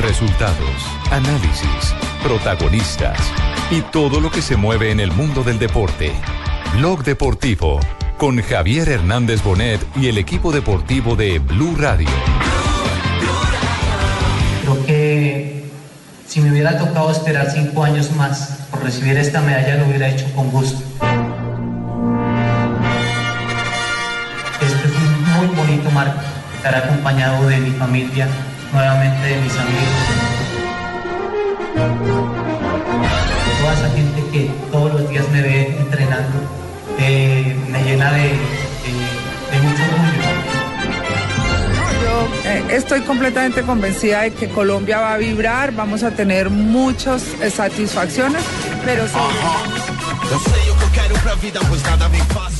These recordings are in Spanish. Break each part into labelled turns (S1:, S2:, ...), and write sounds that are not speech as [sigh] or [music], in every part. S1: Resultados, análisis, protagonistas y todo lo que se mueve en el mundo del deporte. Blog Deportivo con Javier Hernández Bonet y el equipo deportivo de Blue Radio.
S2: Creo que si me hubiera tocado esperar cinco años más por recibir esta medalla, lo hubiera hecho con gusto. Este es un muy bonito marco, estar acompañado de mi familia, nuevamente de mis amigos. Toda esa gente que todos los días me ve entrenando, eh, me llena de, de, de mucho orgullo.
S3: Yo eh, estoy completamente convencida de que Colombia va a vibrar, vamos a tener muchas eh, satisfacciones, pero sí.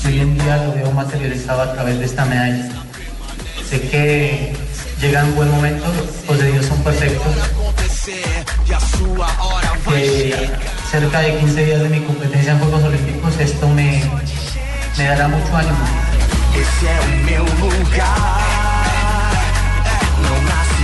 S2: Hoy en día lo veo materializado a través de esta medalla. Sé que llega un buen momento, los de Dios son perfectos. Eh, cerca de 15 días de mi competencia en Juegos Olímpicos, esto me, me dará mucho ánimo.
S4: assim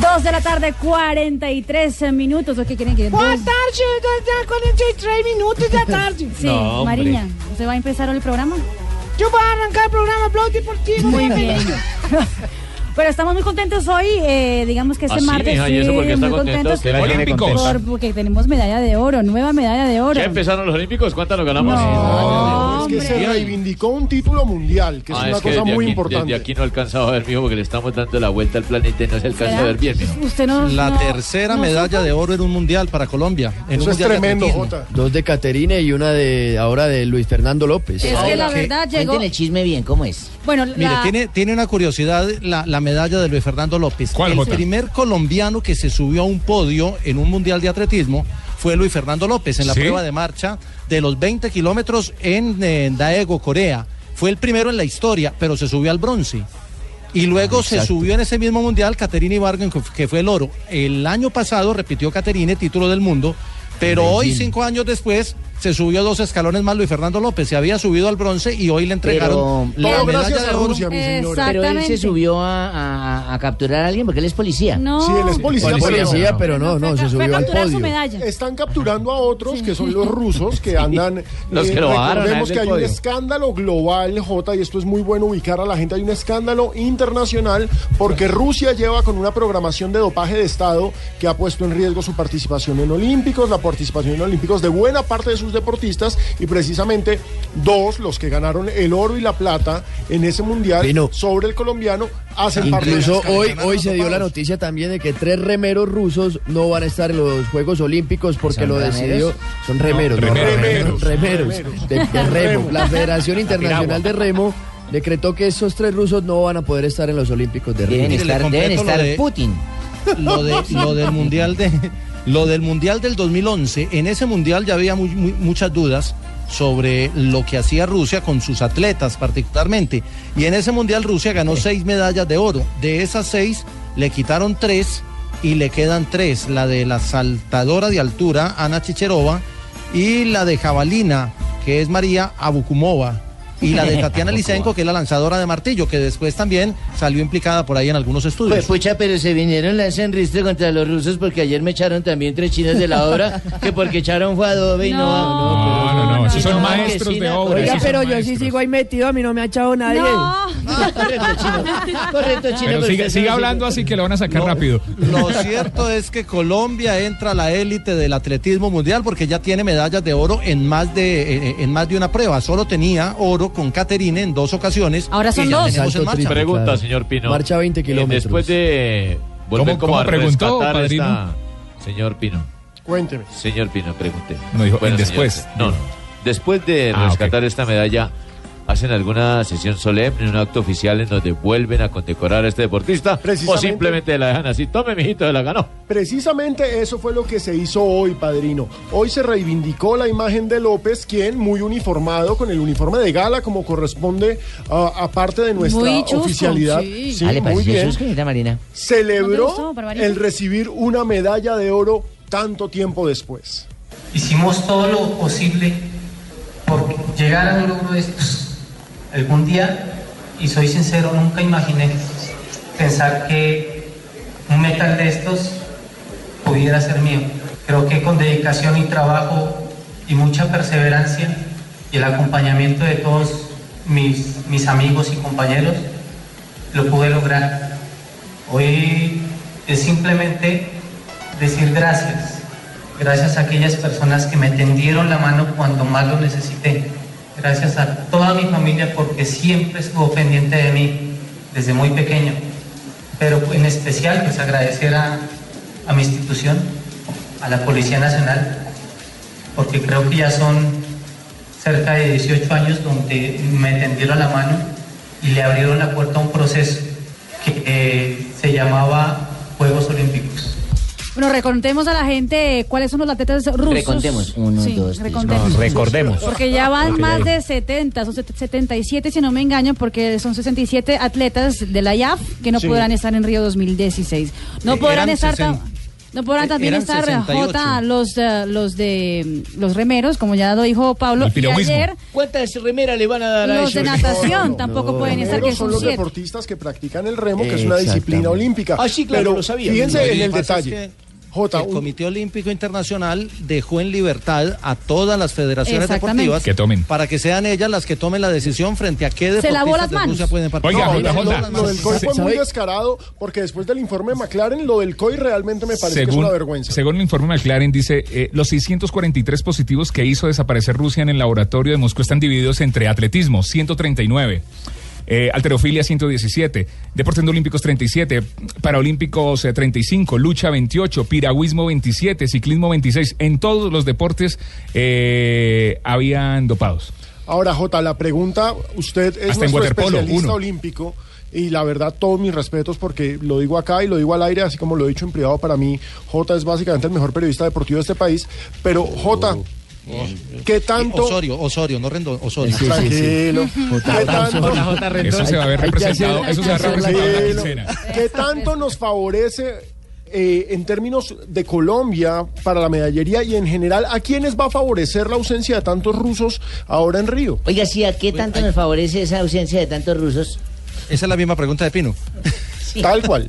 S5: Dos de la tarde, 43 minutos. ¿O qué quieren que
S6: Boa tarde, dois da 43 minutos da tarde.
S5: [laughs] Sí, Mariña, ¿usted va a empezar hoy el programa?
S6: Yo voy a arrancar el programa Blog Deportivo.
S5: Muy bien. [laughs] Pero estamos muy contentos hoy, eh, digamos que este
S7: Ah, sí,
S5: martes.
S7: mija, ¿y eso por qué está
S5: muy
S7: contento?
S5: contentos
S7: ¿Qué la tiene
S5: por-
S7: contenta?
S5: porque tenemos medalla de oro, nueva medalla de oro.
S7: ¿Ya empezaron los Olímpicos? ¿Cuántas nos ganamos?
S5: No,
S8: Es que se
S5: hombre.
S8: reivindicó un título mundial, que es
S7: Ah,
S8: una
S7: que
S8: cosa
S7: desde
S8: muy
S7: aquí-
S8: importante.
S7: Desde aquí no alcanzaba a ver, mijo, porque le estamos dando la vuelta al planeta y no se alcanza a ver bien, mijo.
S5: Usted no.
S9: La
S5: no-
S9: tercera
S5: no
S9: medalla
S5: supo.
S9: de oro en un mundial para Colombia. En un
S8: Eso es
S9: mundial de
S8: tremendo,
S9: atletismo.
S8: Jota.
S10: Dos de Caterina y una de ahora de Luis Fernando López.
S5: Es que la verdad llegó.
S11: Cuenten el chisme bien, ¿cómo es?
S5: Bueno,
S9: Mire,
S5: la-
S9: tiene, tiene una curiosidad la, la medalla de Luis Fernando López.
S7: ¿Cuál,
S9: el
S7: Jota?
S9: primer colombiano que se subió a un podio en un mundial de atletismo fue Luis Fernando López en la
S7: ¿Sí?
S9: prueba de marcha de los 20 kilómetros en, eh, Daegu, Corea. Fue el primero en la historia, pero se subió al bronce. Y luego se
S10: Exacto.
S9: subió en ese mismo mundial Caterine Ibargen, que f- que fue el oro. El año pasado repitió Caterine, título del mundo, pero hoy, cinco años después, se subió dos escalones más Luis Fernando López. Se había subido al bronce y hoy le entregaron
S11: Pero,
S9: la
S8: Todo
S9: medalla
S8: gracias
S9: de
S8: a
S9: oro.
S8: Rusia, mi señora.
S5: Exacto.
S11: Pero él se
S5: Exactamente.
S11: subió a, a- a capturar a alguien porque él es policía.
S5: No.
S8: Sí, él es policía,
S10: Policía,
S8: pero-
S10: policía, pero no, no,
S5: fue
S10: se
S5: a- fue a
S10: subió al
S5: capturar su
S10: podio.
S5: medalla.
S8: Están capturando a otros que son los rusos que andan.
S7: Los
S8: eh,
S7: que lo bajaron a él
S8: recordemos
S7: del
S8: que hay un
S7: podio.
S8: escándalo global, Jota, y esto es muy bueno ubicar a la gente. Hay un escándalo internacional porque Rusia lleva con una programación de dopaje de Estado que ha puesto en riesgo su participación en Olímpicos, la participación en Olímpicos de buena parte de sus deportistas y precisamente dos, los que ganaron el oro y la plata en ese mundial
S10: Vino.
S8: sobre el colombiano, hacen parte de
S10: Incluso
S8: ese
S10: hoy,
S8: escándalo.
S10: hoy se dio la noticia también de que tres remeros rusos no van a estar en los Juegos Olímpicos porque
S11: ¿Son
S10: lo
S11: remeros?
S10: decidió. Son remeros, no,
S8: remeros.
S10: remeros, remeros,
S8: Remeros.
S10: de, de remo. La Federación Internacional
S7: piragua.
S10: de Remo decretó que esos tres rusos no van a poder estar en los Olímpicos de Remo.
S11: Deben
S9: Mire, le
S11: estar, deben
S9: completo lo
S11: estar
S9: de-
S11: Putin.
S9: lo, de- lo del mundial de lo del mundial del 2011 en ese mundial ya había muy- muy- muchas dudas sobre lo que hacía Rusia con sus atletas particularmente y en ese mundial Rusia ganó seis medallas de oro de esas seis le quitaron tres y le quedan tres la de la saltadora de altura Ana Chicherova y la de jabalina que es María Abukumova y la
S10: [laughs]
S9: de Tatiana Lisenko que es la lanzadora de martillo que después también salió implicada por ahí en algunos estudios
S11: Pues pucha, pero se vinieron las enristre contra los rusos porque ayer me echaron también tres chinos de la obra, que porque echaron fue adobe y no.
S5: No, no, no, esos son
S11: no,
S5: maestros
S11: Marquesina,
S7: de obra,
S11: oiga,
S6: Oiga, pero yo sí sigo ahí metido, a mí no me ha echado nadie.
S5: No.
S10: Ah,
S11: Correcto,
S6: [laughs]
S11: chino. Correcto, chino.
S7: Pero
S11: sigue,
S7: hablando
S11: así que...
S9: Lo- Lo cierto es que Colombia entra a la élite del atletismo mundial porque ya tiene medallas de oro en más de eh, en más de una prueba. Solo tenía oro con Caterine en dos ocasiones.
S5: Ahora son
S9: Y ya
S5: dos.
S9: tenemos en
S10: Salto
S9: marcha.
S10: triple.
S7: Pregunta,
S10: Claro.
S7: señor Pino.
S10: Marcha 20
S7: Eh,
S10: kilómetros.
S7: Después de volver como a rescatar esta... Señor Pino,
S8: Cuénteme.
S7: señor Pino, pregunté.
S1: No, dijo,
S7: Bueno,
S1: el
S7: señor,
S1: después.
S7: No, no. Después de rescatar esta medalla, hacen alguna sesión solemne, un acto oficial en donde vuelven a condecorar a este deportista o
S8: Precisamente.
S7: simplemente la dejan así, tome mijito, la ganó.
S8: Precisamente eso fue lo que se hizo hoy, padrino. Hoy se reivindicó la imagen de López, quien muy uniformado, con el uniforme de gala, como corresponde ah, a parte de nuestra
S12: Muy chusco,
S8: oficialidad,
S12: sí.
S8: sí,
S12: Ah, ¿le
S8: muy
S12: pareció
S8: bien,
S12: chusco, señorita Marina?
S8: celebró
S2: ¿No te gustó, Barbarita?
S8: el recibir una medalla de oro tanto tiempo después.
S2: Hicimos todo lo posible por llegar a un logro de estos algún día y soy sincero, nunca imaginé pensar que un metal de estos pudiera ser mío. Creo que con dedicación y trabajo y mucha perseverancia y el acompañamiento de todos mis, mis amigos y compañeros, lo pude lograr. Hoy es simplemente decir gracias gracias a aquellas personas que me tendieron la mano cuando más lo necesité, gracias a toda mi familia porque siempre estuvo pendiente de mí desde muy pequeño, pero en especial pues agradecer a, a mi institución, a la Policía Nacional, porque creo que ya son cerca de 18 años donde me tendieron la mano y le abrieron la puerta a un proceso que eh, se llamaba Juegos Olímpicos.
S5: Bueno, recontemos a la gente eh, cuáles son los atletas rusos.
S12: Recontemos. Uno,
S5: Sí,
S12: dos, tres.
S5: recontemos.
S12: No, recordemos.
S5: Porque ya van
S12: Ok.
S5: más de 70, son set- 77 si no me engaño, porque son 67 atletas de la IAF que no
S6: Sí.
S5: podrán estar en Río 2016. No
S6: Eh, eran
S5: podrán estar... tan-
S6: 60.
S5: No podrán
S6: Eh,
S5: también
S6: eran
S5: estar
S6: 68.
S5: J, los, eh, los de mm, los remeros, como ya lo dijo Pablo.
S6: El
S5: Y
S6: piragüismo.
S5: ayer
S12: ¿Cuántas remeras le van a dar a
S5: los de
S12: ellos?
S5: natación tampoco pueden estar, que
S8: Pero
S5: son
S8: son los
S5: siete.
S8: deportistas que practican el remo, que es una
S9: Exactamente.
S8: disciplina olímpica.
S9: Ah, sí, claro,
S8: Pero
S9: lo sabía.
S8: Fíjense
S9: Lo que
S8: en el
S9: pasa es
S8: detalle.
S9: que el Comité Olímpico Internacional dejó en libertad a todas las federaciones
S5: Exactamente.
S9: deportivas
S5: Que
S9: tomen. para que sean ellas las que tomen la decisión frente a qué
S5: Se
S9: deportistas
S5: lavó las
S9: de
S5: manos.
S9: Rusia pueden participar.
S8: No, lo-
S9: No,
S8: Lo, del COI fue
S9: ¿Sabe-
S8: muy descarado porque después del informe de McLaren, lo del COI realmente me parece que es una vergüenza.
S13: según el informe McLaren, dice, eh, los 643 positivos que hizo desaparecer Rusia en el laboratorio de Moscú están divididos entre atletismo, 139. eh, alterofilia 117, deportes no olímpicos 37, paraolímpicos eh, 35, lucha 28, piragüismo 27, ciclismo 26. En todos los deportes eh, habían dopados.
S8: Ahora, Jota, la pregunta, usted es
S13: Hasta en
S8: nuestro
S13: waterpolo,
S8: especialista
S13: uno.
S8: olímpico y la verdad todos mis respetos porque lo digo acá y lo digo al aire, así como lo he dicho en privado para mí, Jota es básicamente el mejor periodista deportivo de este país, pero Jota, ¿qué tanto...
S9: Osorio, Osorio, no Rendón, Osorio.
S8: Oh. Sí, sí, sí. Tranquilo. ¿Qué tanto-
S13: Eso se va a ver representado, eso se va a representar en la
S8: Tranquilo.
S13: quincena.
S8: ¿Qué tanto nos favorece eh, en términos de Colombia para la medallería y en general a quiénes va a favorecer la ausencia de tantos rusos ahora en Río?
S12: Oiga, sí, ¿a qué tanto nos favorece esa ausencia de tantos rusos?
S9: Esa es la misma pregunta de Pino.
S8: Tal cual.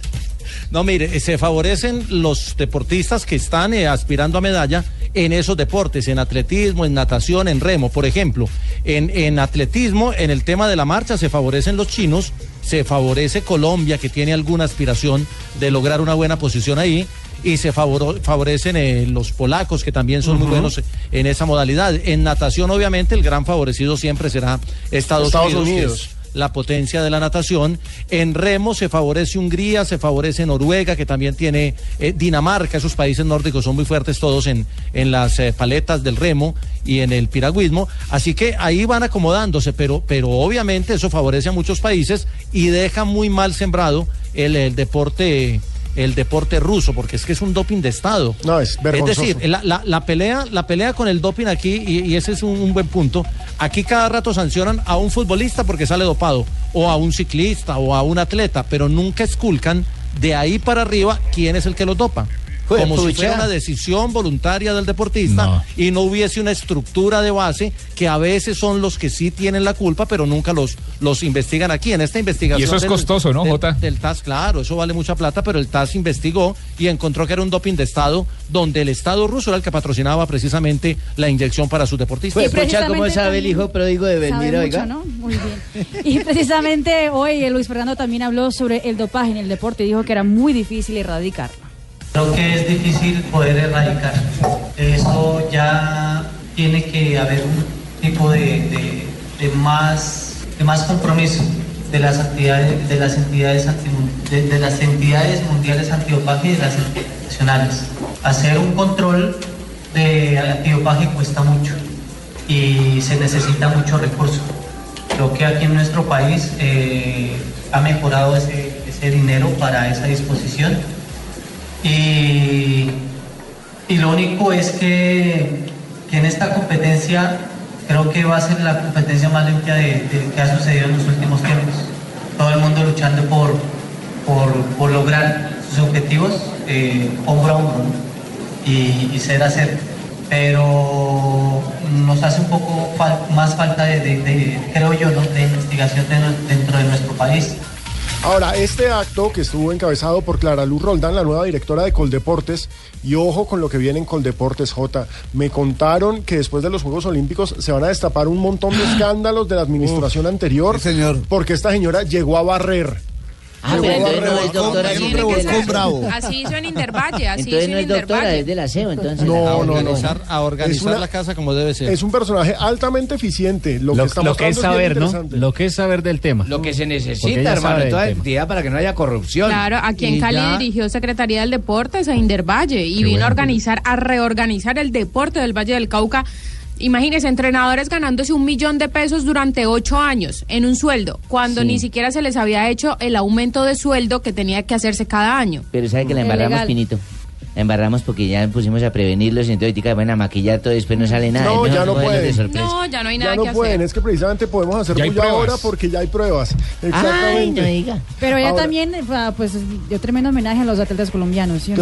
S9: No, mire, eh, se favorecen los deportistas que están eh, aspirando a medalla en esos deportes, en atletismo, en natación, en remo, por ejemplo. En, en atletismo, en el tema de la marcha, se favorecen los chinos, se favorece Colombia, que tiene alguna aspiración de lograr una buena posición ahí, y se favoro- favorecen eh, los polacos, que también son muy
S8: Ujú.
S9: buenos en esa modalidad. En natación, obviamente, el gran favorecido siempre será Estados,
S8: Estados
S9: Unidos. que es
S8: Unidos.
S9: la potencia de la natación. En remo se favorece Hungría, se favorece Noruega, que también tiene eh, Dinamarca. Esos países nórdicos son muy fuertes todos en, en las eh, paletas del remo y en el piragüismo. Así que ahí van acomodándose, pero, pero obviamente eso favorece a muchos países y deja muy mal sembrado el, el deporte. eh, el deporte ruso, porque es que es un doping de Estado.
S8: No, es vergonzoso.
S9: decir, la, la- la pelea, la pelea con el doping aquí, y, y ese es un, un buen punto, aquí cada rato sancionan a un futbolista porque sale dopado, o a un ciclista, o a un atleta, pero nunca esculcan de ahí para arriba quién es el que los dopa.
S12: Jue-
S9: Como si fuera
S12: pucha.
S9: una decisión voluntaria del deportista y no hubiese una estructura de base que a veces son los que sí tienen la culpa, pero nunca los, los investigan aquí. En esta investigación.
S13: Y eso es costoso, ¿no,
S9: del-
S13: Jota?
S9: del TAS, claro, eso vale mucha plata, pero el TAS investigó y encontró que era un doping de Estado, donde el Estado ruso era el que patrocinaba precisamente la inyección para sus deportistas.
S12: Pues, pucha, ¿cómo
S5: precisamente
S12: sabe el hijo pródigo de venir,
S5: Sabe mucho,
S12: oiga?
S5: ¿no? Muy bien. Y precisamente hoy eh, Luis Fernando también habló sobre el dopaje en el deporte y dijo que era muy difícil erradicarlo.
S2: Creo que es difícil poder erradicar. Eso ya tiene que haber un tipo de, de- de más, de más compromiso de las actividades, de las entidades anti- de, de las entidades mundiales antidopaje y de las nacionales. Hacer un control de antidopaje cuesta mucho y se necesita mucho recurso. Creo que aquí en nuestro país eh, ha mejorado ese, ese dinero para esa disposición. Y, y lo único es que, que en esta competencia creo que va a ser la competencia más limpia de, de que ha sucedido en los últimos tiempos. Todo el mundo luchando por, por, por lograr sus objetivos eh, hombro a hombro ¿no? y, y ser a ser. Pero nos hace un poco fal- más falta de, de- de- creo yo, ¿no? de investigación de no- dentro de nuestro país.
S8: Ahora, este acto que estuvo encabezado por Clara Luz Roldán, la nueva directora de Coldeportes, y ojo con lo que viene en Coldeportes J, me contaron que después de los Juegos Olímpicos se van a destapar un montón
S9: [gasps]
S8: de escándalos de la administración anterior, señor. porque esta señora llegó a barrer.
S12: Ah,
S8: Llegó
S12: pero
S8: a
S12: entonces no es
S8: barrer.
S12: doctora,
S8: Barrer un
S12: tiene que
S8: revolcón
S12: ser- [laughs]
S8: bravo.
S14: Así hizo en Intervalle, así
S12: Entonces no
S14: hizo en
S12: es doctora,
S14: Intervalle.
S12: es del aseo, E entonces.
S9: a
S8: No, no, no.
S9: organizar, A organizar
S8: Es una-
S9: la casa como debe ser.
S8: Es un personaje altamente eficiente. Lo,
S11: Lo,
S8: que está
S11: lo que es
S8: mostrando bien
S11: saber, ¿no?
S8: interesante.
S11: Lo que es saber del tema.
S12: Lo que se
S11: Porque
S12: necesita,
S11: ella sabe
S12: hermano,
S11: del
S12: toda
S11: tema.
S12: entidad para que no haya corrupción.
S14: Claro, aquí en
S12: Y
S14: Cali
S12: ya-
S14: dirigió Secretaría del Deporte a Indervalle y vino a organizar, a reorganizar el deporte del Valle del Cauca. Imagínense, entrenadores ganándose un millón de pesos durante ocho años en un sueldo, cuando
S12: Sí.
S14: ni siquiera se les había hecho el aumento de sueldo que tenía que hacerse cada año.
S12: Pero ¿sabe que la
S14: Es
S12: embarramos,
S14: legal.
S12: Pinito? La embarramos porque ya pusimos a prevenirlos y entonces ahorita van a maquillar todo y después no sale nada.
S8: No,
S12: Es mejor
S8: ya no
S12: cogerlos de
S8: pueden.
S12: sorpresa.
S14: No, ya no hay nada
S8: ya no
S14: que
S8: pueden,
S14: hacer.
S8: es que precisamente podemos hacer
S12: Ya hay
S8: bulla
S12: pruebas.
S8: ahora porque ya hay pruebas. Exactamente.
S12: no diga.
S5: Pero ella
S8: Ahora-
S5: también, eh, pues, dio tremendo homenaje a los atletas colombianos. ¿sí o
S9: Y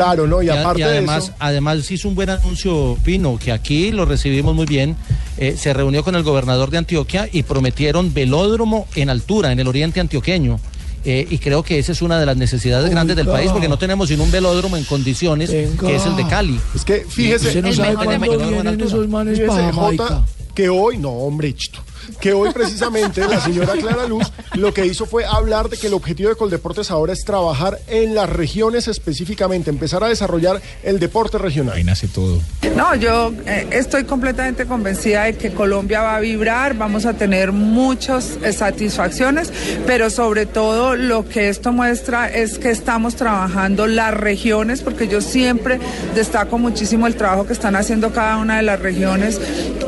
S9: a- y además, además hizo un buen anuncio Pino, que aquí lo recibimos muy bien. Eh, se reunió con el gobernador de Antioquia y prometieron velódromo en altura, en el oriente antioqueño. Eh, y creo que esa es una de las necesidades grandes del
S8: Venga.
S9: país, porque no tenemos sino un velódromo en condiciones, que es el de Cali.
S8: Es que fíjese,
S9: Usted no El sabe mejor de cuándo México. vienen esos
S8: manes
S9: pa' Jamaica.
S8: que hoy, no, hombre, chito, que hoy precisamente la señora Clara Luz lo que hizo fue hablar de que el objetivo de Coldeportes ahora es trabajar en las regiones específicamente, empezar a desarrollar el deporte regional. Ahí
S15: nace todo.
S3: No, yo eh, estoy completamente convencida de que Colombia va a vibrar, vamos a tener muchas eh, satisfacciones, pero sobre todo lo que esto muestra es que estamos trabajando las regiones, porque yo siempre destaco muchísimo el trabajo que están haciendo cada una de las regiones.